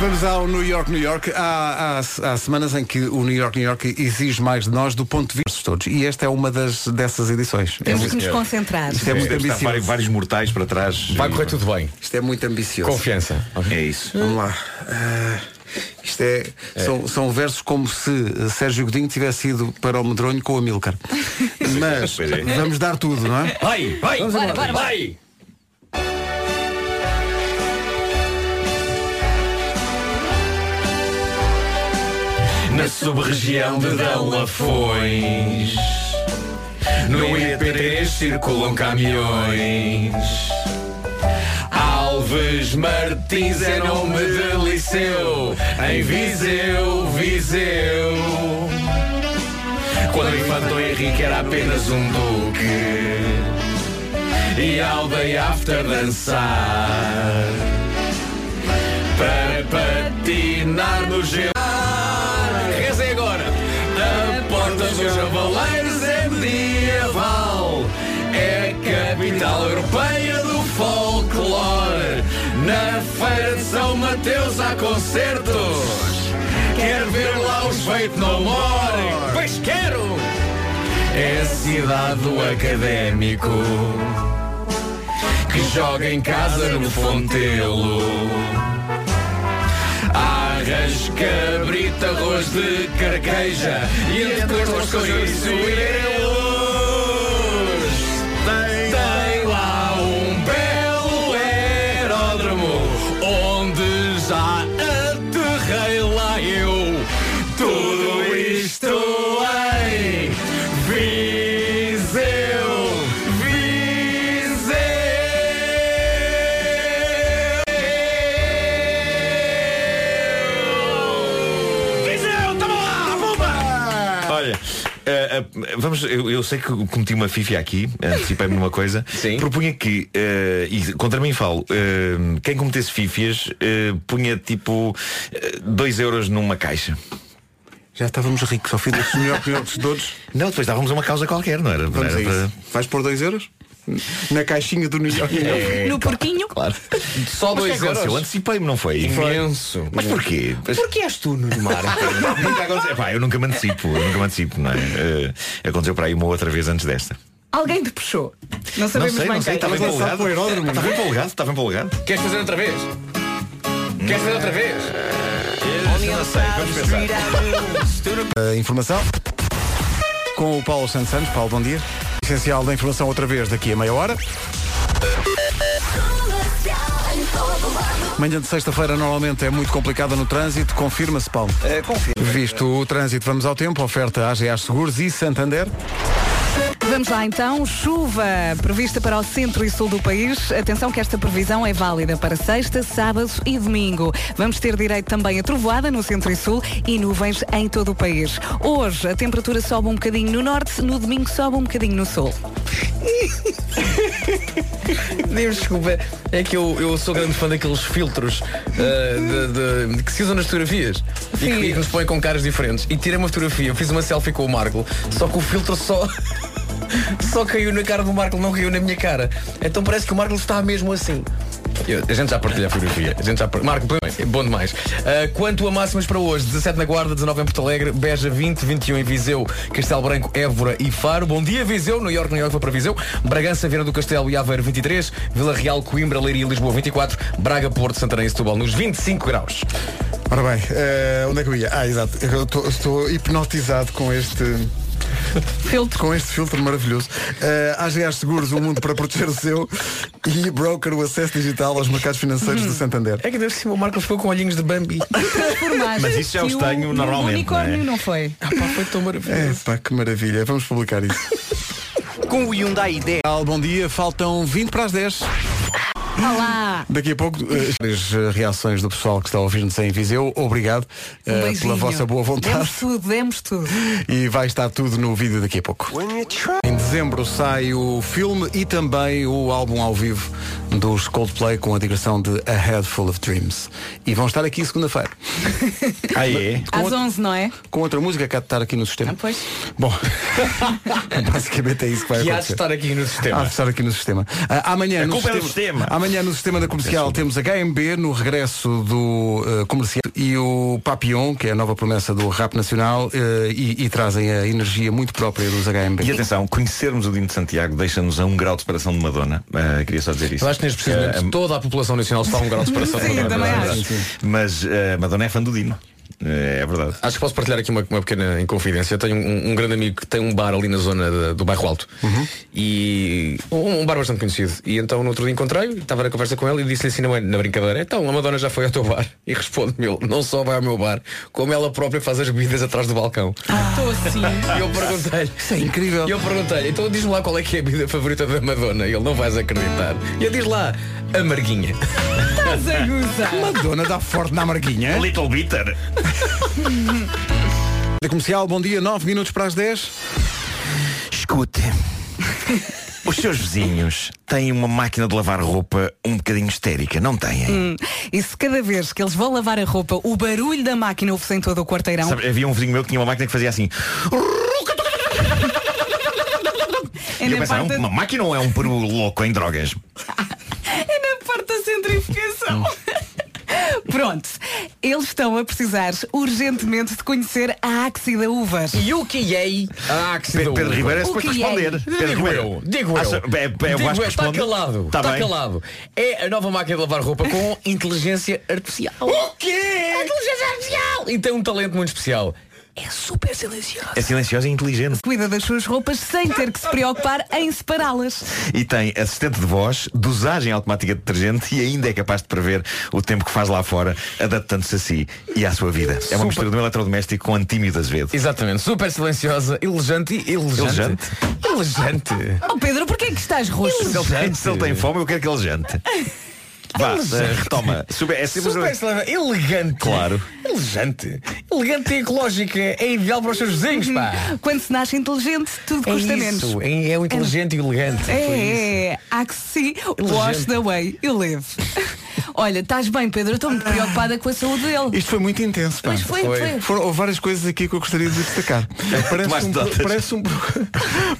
Speaker 1: Vamos ao New York, New York. Há, há- há semanas em que o New York, New York exige mais de nós do ponto de vista de todos. E esta é uma das, dessas edições. É
Speaker 3: Temos
Speaker 1: muito-
Speaker 3: que nos concentrar.
Speaker 1: Isto é muito
Speaker 8: Deve estar
Speaker 1: ambicioso.
Speaker 8: Vários, vários mortais para trás.
Speaker 1: Vai
Speaker 17: correr tudo bem.
Speaker 1: Isto é muito ambicioso.
Speaker 17: Confiança.
Speaker 8: É isso.
Speaker 1: Vamos lá. Ah, isto é, São, são versos como se eh, Sérgio Godinho tivesse ido para o Medronho com o Amilcar. Mas
Speaker 17: Pois é.
Speaker 1: vamos dar tudo, não é?
Speaker 17: Vai, vai,
Speaker 1: Vamos
Speaker 17: bora,
Speaker 1: embora.
Speaker 17: bora, vai!
Speaker 4: Na sub-região de Dão Afões No IP3 circulam caminhões Alves Martins é nome de liceu Em Viseu, Viseu Quando o infanto Henrique era apenas um duque E ao day after dançar Para patinar no gelo Rezem agora A porta dos javaleiros é medieval É a capital europeia do folclore Na feira de São Mateus há concertos Quero ver lá os Feito No More Pois quero É a cidade do académico Que joga em casa no Fontelo Arras, cabrita, arroz de carqueja E entre arroz com isso e eles tem, tem lá um belo aeródromo Onde já aterrei lá eu Tudo isto em Viseu Viseu, tamo lá, bomba!
Speaker 8: Olha, eh, eh, vamos, eu, eu sei que cometi uma fifia aqui, antecipei-me uma coisa. Sim. Propunha que, eh, e contra mim falo, eh, quem cometesse fifias eh, punha tipo 2 euros numa caixa.
Speaker 1: Já estávamos ricos ao fim destes New York, New York de todos.
Speaker 8: Não, depois dávamos uma causa qualquer, não era? não
Speaker 1: Vamos
Speaker 8: era
Speaker 1: a isso. Vais pôr 2 euros? Na caixinha do New York. New
Speaker 17: É.
Speaker 1: York.
Speaker 3: No porquinho.
Speaker 8: Claro.
Speaker 17: Só
Speaker 8: Mas o que é
Speaker 17: dois
Speaker 8: que aconteceu?
Speaker 17: euros.
Speaker 8: Antecipei-me, não foi?
Speaker 17: Imenso.
Speaker 8: Mas porquê?
Speaker 17: Porquê és tu, Nuno Marco?
Speaker 8: Nunca aconteceu. Epá, eu nunca me antecipo, eu nunca me antecipo, não é? Eh, aconteceu para aí uma outra vez antes desta.
Speaker 3: Alguém te puxou. Não sabemos
Speaker 8: não sei,
Speaker 3: bem
Speaker 8: não sei,
Speaker 3: quem.
Speaker 8: estava
Speaker 3: Mas lançado
Speaker 8: empolgado.
Speaker 3: para o aeródromo.
Speaker 8: Estava
Speaker 1: é?
Speaker 8: empolgado, estava empolgado.
Speaker 17: Queres fazer outra vez? Queres fazer outra vez?
Speaker 8: não sei, vamos pensar.
Speaker 1: A informação com o Paulo Santos Santos. Paulo, bom dia. Essencial da informação outra vez daqui a meia hora. Manhã de sexta-feira normalmente é muito complicada no trânsito. Confirma-se, Paulo?
Speaker 6: É, confirma.
Speaker 1: Visto o trânsito, vamos ao tempo. Oferta AGA Seguros e Santander.
Speaker 3: Vamos lá então, chuva prevista para o centro e sul do país. Atenção que esta previsão é válida para sexta, sábado e domingo. Vamos ter direito também a trovoada no centro e sul e nuvens em todo o país. Hoje a temperatura sobe um bocadinho no norte, no domingo sobe um bocadinho no sul.
Speaker 4: Pedimos desculpa, é que eu, eu sou grande fã daqueles filtros ah, de- de- que se usam nas fotografias e que, e que nos põem com caras diferentes. E tirei uma fotografia, eu fiz uma selfie com o Marco, só que o filtro só. Só caiu na cara do Marco, não caiu na minha cara. Então parece que o Marco está mesmo assim. Eu- a gente já partilha a fotografia. A gente já par- Marco, põe- é bom demais. Ah, quanto a máximas para hoje, 17 na Guarda, 19 em Porto Alegre, Beja 20, 21 em Viseu, Castelo Branco, Évora e Faro. Bom dia, Viseu, New York, New York foi para Viseu, Bragança, Viana do Castelo e Aveiro 23, Vila Real, Coimbra, Leiria e Lisboa 24, Braga, Porto, Santarém e Setúbal nos 25 graus.
Speaker 1: Ora bem, eh, onde é que eu ia? Ah, exato. Eu tô- estou hipnotizado com este. Filtro. Com este filtro maravilhoso. Eh, AGA Seguros, o mundo para proteger o seu. E Broker, o acesso digital aos mercados financeiros do Santander.
Speaker 4: É que deve ser o Marco ficou com olhinhos de Bambi.
Speaker 3: Transformaste
Speaker 1: Mas isso já os tenho
Speaker 3: no
Speaker 1: normalmente,
Speaker 3: um unicórnio,
Speaker 1: não
Speaker 3: não,
Speaker 1: é?
Speaker 3: foi?
Speaker 4: Ah, pá, foi tão maravilhoso.
Speaker 1: É pá, que maravilha. Vamos publicar isso.
Speaker 19: Com o Hyundai ID. Bom dia, faltam 20 para as 10.
Speaker 3: Olá! um
Speaker 1: Daqui a pouco, eh, as eh, reações do pessoal que está a ouvir-nos em Viseu. Obrigado eh,
Speaker 3: Um
Speaker 1: pela
Speaker 3: beijinho.
Speaker 1: vossa boa vontade.
Speaker 3: Demos tudo, demos tudo.
Speaker 1: E vai estar tudo no vídeo daqui a pouco. Em dezembro sai o filme e também o álbum ao vivo dos Coldplay com a digressão de A Head Full of Dreams. E vão estar aqui segunda-feira.
Speaker 8: Ah,
Speaker 1: Aí é.
Speaker 3: Às 11, não é?
Speaker 1: Com outra música que há de estar aqui no
Speaker 4: Ah,
Speaker 1: sistema.
Speaker 3: pois.
Speaker 1: Bom, basicamente é isso que vai
Speaker 4: Que há de
Speaker 1: acontecer.
Speaker 4: estar aqui no sistema.
Speaker 1: Há de estar aqui no sistema. Ah, amanhã,
Speaker 4: A
Speaker 1: no
Speaker 4: culpa é
Speaker 1: sistema,
Speaker 4: do sistema.
Speaker 1: amanhã no sistema da comercial temos a HMB no regresso do eh, comercial e o Papillon, que é a nova promessa do rap nacional, eh, e, e trazem a energia muito própria dos HMB.
Speaker 8: E atenção, conhecermos o Dino de Santiago deixa-nos a um grau de separação de Madonna. Ah, queria só dizer isso.
Speaker 4: Eu acho que neste preciso momento
Speaker 8: Ah,
Speaker 4: toda a população nacional está a um grau de separação.
Speaker 8: Sim,
Speaker 4: Madonna.
Speaker 8: também acho. Mas ah, Madonna é fã do Dino. É verdade.
Speaker 4: Acho que posso partilhar aqui uma, uma pequena inconfidência. Eu tenho um, um grande amigo que tem um bar ali na zona da- do bairro Alto.
Speaker 8: Uhum.
Speaker 4: E um, um bar bastante conhecido. E então no outro dia encontrei-o, e estava na conversa com ele e disse-lhe assim na, na brincadeira, então a Madonna já foi ao teu bar. E responde-me, ele, não só vai ao meu bar, como ela própria faz as bebidas atrás do balcão.
Speaker 20: Estou assim.
Speaker 4: E eu perguntei-lhe.
Speaker 1: Isso é incrível.
Speaker 4: E eu perguntei-lhe, então diz-me lá qual é que é a bebida favorita da Madonna. E ele não vais acreditar. E ele diz lá, amarguinha.
Speaker 1: Estás a Madonna dá forte na marguinha.
Speaker 8: Little Bitter.
Speaker 1: Da comercial, bom dia, 9 minutos para as 10.
Speaker 8: Escute. Os seus vizinhos têm uma máquina de lavar roupa um bocadinho histérica, não têm?
Speaker 3: Hum. E se cada vez que eles vão lavar a roupa, o barulho da máquina ouve-se em todo o quarteirão,
Speaker 8: Sabe, havia um vizinho meu que tinha uma máquina que fazia assim.
Speaker 3: É
Speaker 8: e
Speaker 3: na
Speaker 8: eu pensava,
Speaker 3: parte-
Speaker 8: uma máquina ou é um peru louco em drogas?
Speaker 3: é na parte da centrifugação. Pronto, eles estão a precisar urgentemente de conhecer a Axida Uvas.
Speaker 4: E o que é a Axida
Speaker 8: Pedro Uvas? Ribeiro é suposto responder. Pedro
Speaker 4: Digo
Speaker 8: Ribeiro.
Speaker 4: eu, digo eu.
Speaker 8: Acha- é- é o
Speaker 4: digo
Speaker 8: Vasco
Speaker 4: eu, está
Speaker 8: responde?
Speaker 4: calado.
Speaker 8: Tá
Speaker 4: está
Speaker 8: bem.
Speaker 4: calado. É a nova máquina de lavar roupa com inteligência artificial. O quê? Inteligência artificial! E tem um talento muito especial. É super silenciosa.
Speaker 8: É silenciosa e inteligente.
Speaker 3: Cuida das suas roupas sem ter que se preocupar em separá-las.
Speaker 8: E tem assistente de voz, dosagem automática de detergente e ainda é capaz de prever o tempo que faz lá fora, adaptando-se a si e à sua vida. É uma
Speaker 4: Super.
Speaker 8: mistura de um eletrodoméstico com antímio das vezes.
Speaker 4: Exatamente, super silenciosa, elegante e elegante. Elegante.
Speaker 3: Oh Pedro, porquê é que estás roxo?
Speaker 8: Se ele, tem, se ele tem fome, eu quero que ele jante. Vá, eh, retoma. Super, é simples.
Speaker 4: Super silenciosa, elegante.
Speaker 8: Claro.
Speaker 4: Elegante. Elegante e ecológica. É ideal para os seus vizinhos, pá.
Speaker 3: Quando se nasce inteligente, tudo
Speaker 4: É
Speaker 3: custa
Speaker 4: isso.
Speaker 3: menos.
Speaker 4: É, é o inteligente e elegante. Foi isso.
Speaker 3: É, é, Axi, wash the way, eu levo. Olha, estás bem, Pedro, eu estou muito preocupada com a saúde dele.
Speaker 1: Isto foi muito intenso, pá.
Speaker 3: Mas foi, Foi. foi.
Speaker 1: Foram, houve várias coisas aqui que eu gostaria de destacar.
Speaker 4: É,
Speaker 1: Parece um,
Speaker 4: notas.
Speaker 1: parece um,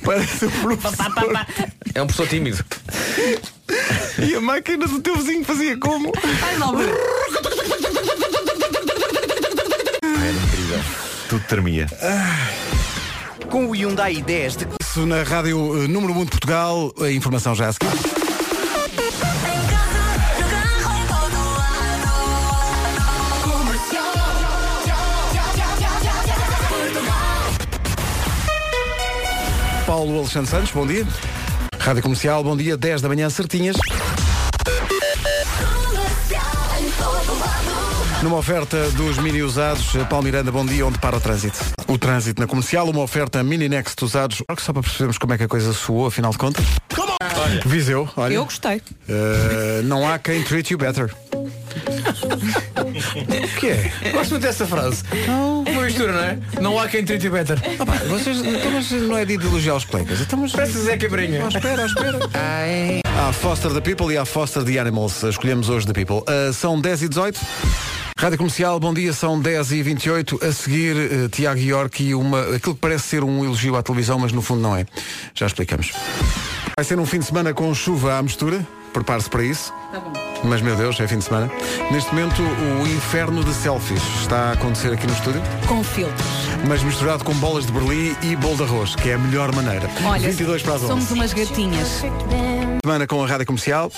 Speaker 1: parece um professor.
Speaker 4: É um professor tímido.
Speaker 1: E a máquina do teu vizinho fazia como?
Speaker 3: Ai, não,
Speaker 8: Era incrível. Tudo tremia.
Speaker 1: Com o Hyundai i10 de... Isso na Rádio eh, Número 1 de Portugal, a informação já é a seguir. Paulo Alexandre Santos, bom dia. Rádio Comercial, bom dia, 10 da manhã, certinhas. eh, Numa oferta dos mini usados, Paulo Miranda, bom dia, onde para o trânsito. O trânsito na comercial, uma oferta mini next usados, só para percebermos como é que a coisa soou, afinal de contas. Viseu, olha.
Speaker 3: Eu gostei.
Speaker 1: Eh, não há quem treat you better.
Speaker 21: O que é? Gosto muito dessa frase. Uma mistura, não é? Não há quem treat you better.
Speaker 1: Opa, vocês, então, mas não é de elogiar os colegas. Então, mas...
Speaker 21: Parece Zé Cabrinha.
Speaker 1: espera, espera. Há Foster the People e há Foster the Animals. Escolhemos hoje the People. Ah, são 10 e 18. Rádio Comercial, bom dia, são 10 e 28 A seguir, eh, Tiago York e uma, aquilo que parece ser um elogio à televisão, mas no fundo não é. Já explicamos. Vai ser um fim de semana com chuva à mistura. Prepare-se para isso.
Speaker 4: Tá
Speaker 1: Mas, meu Deus, é fim de semana. Neste momento, o inferno de selfies está a acontecer aqui no estúdio,
Speaker 3: Com filtros.
Speaker 1: mas misturado com bolas de berlim e bolo de arroz, que é a melhor maneira.
Speaker 3: Olha,
Speaker 1: 22 para as 11.
Speaker 3: somos umas gatinhas.
Speaker 1: Semana com a Rádio Comercial.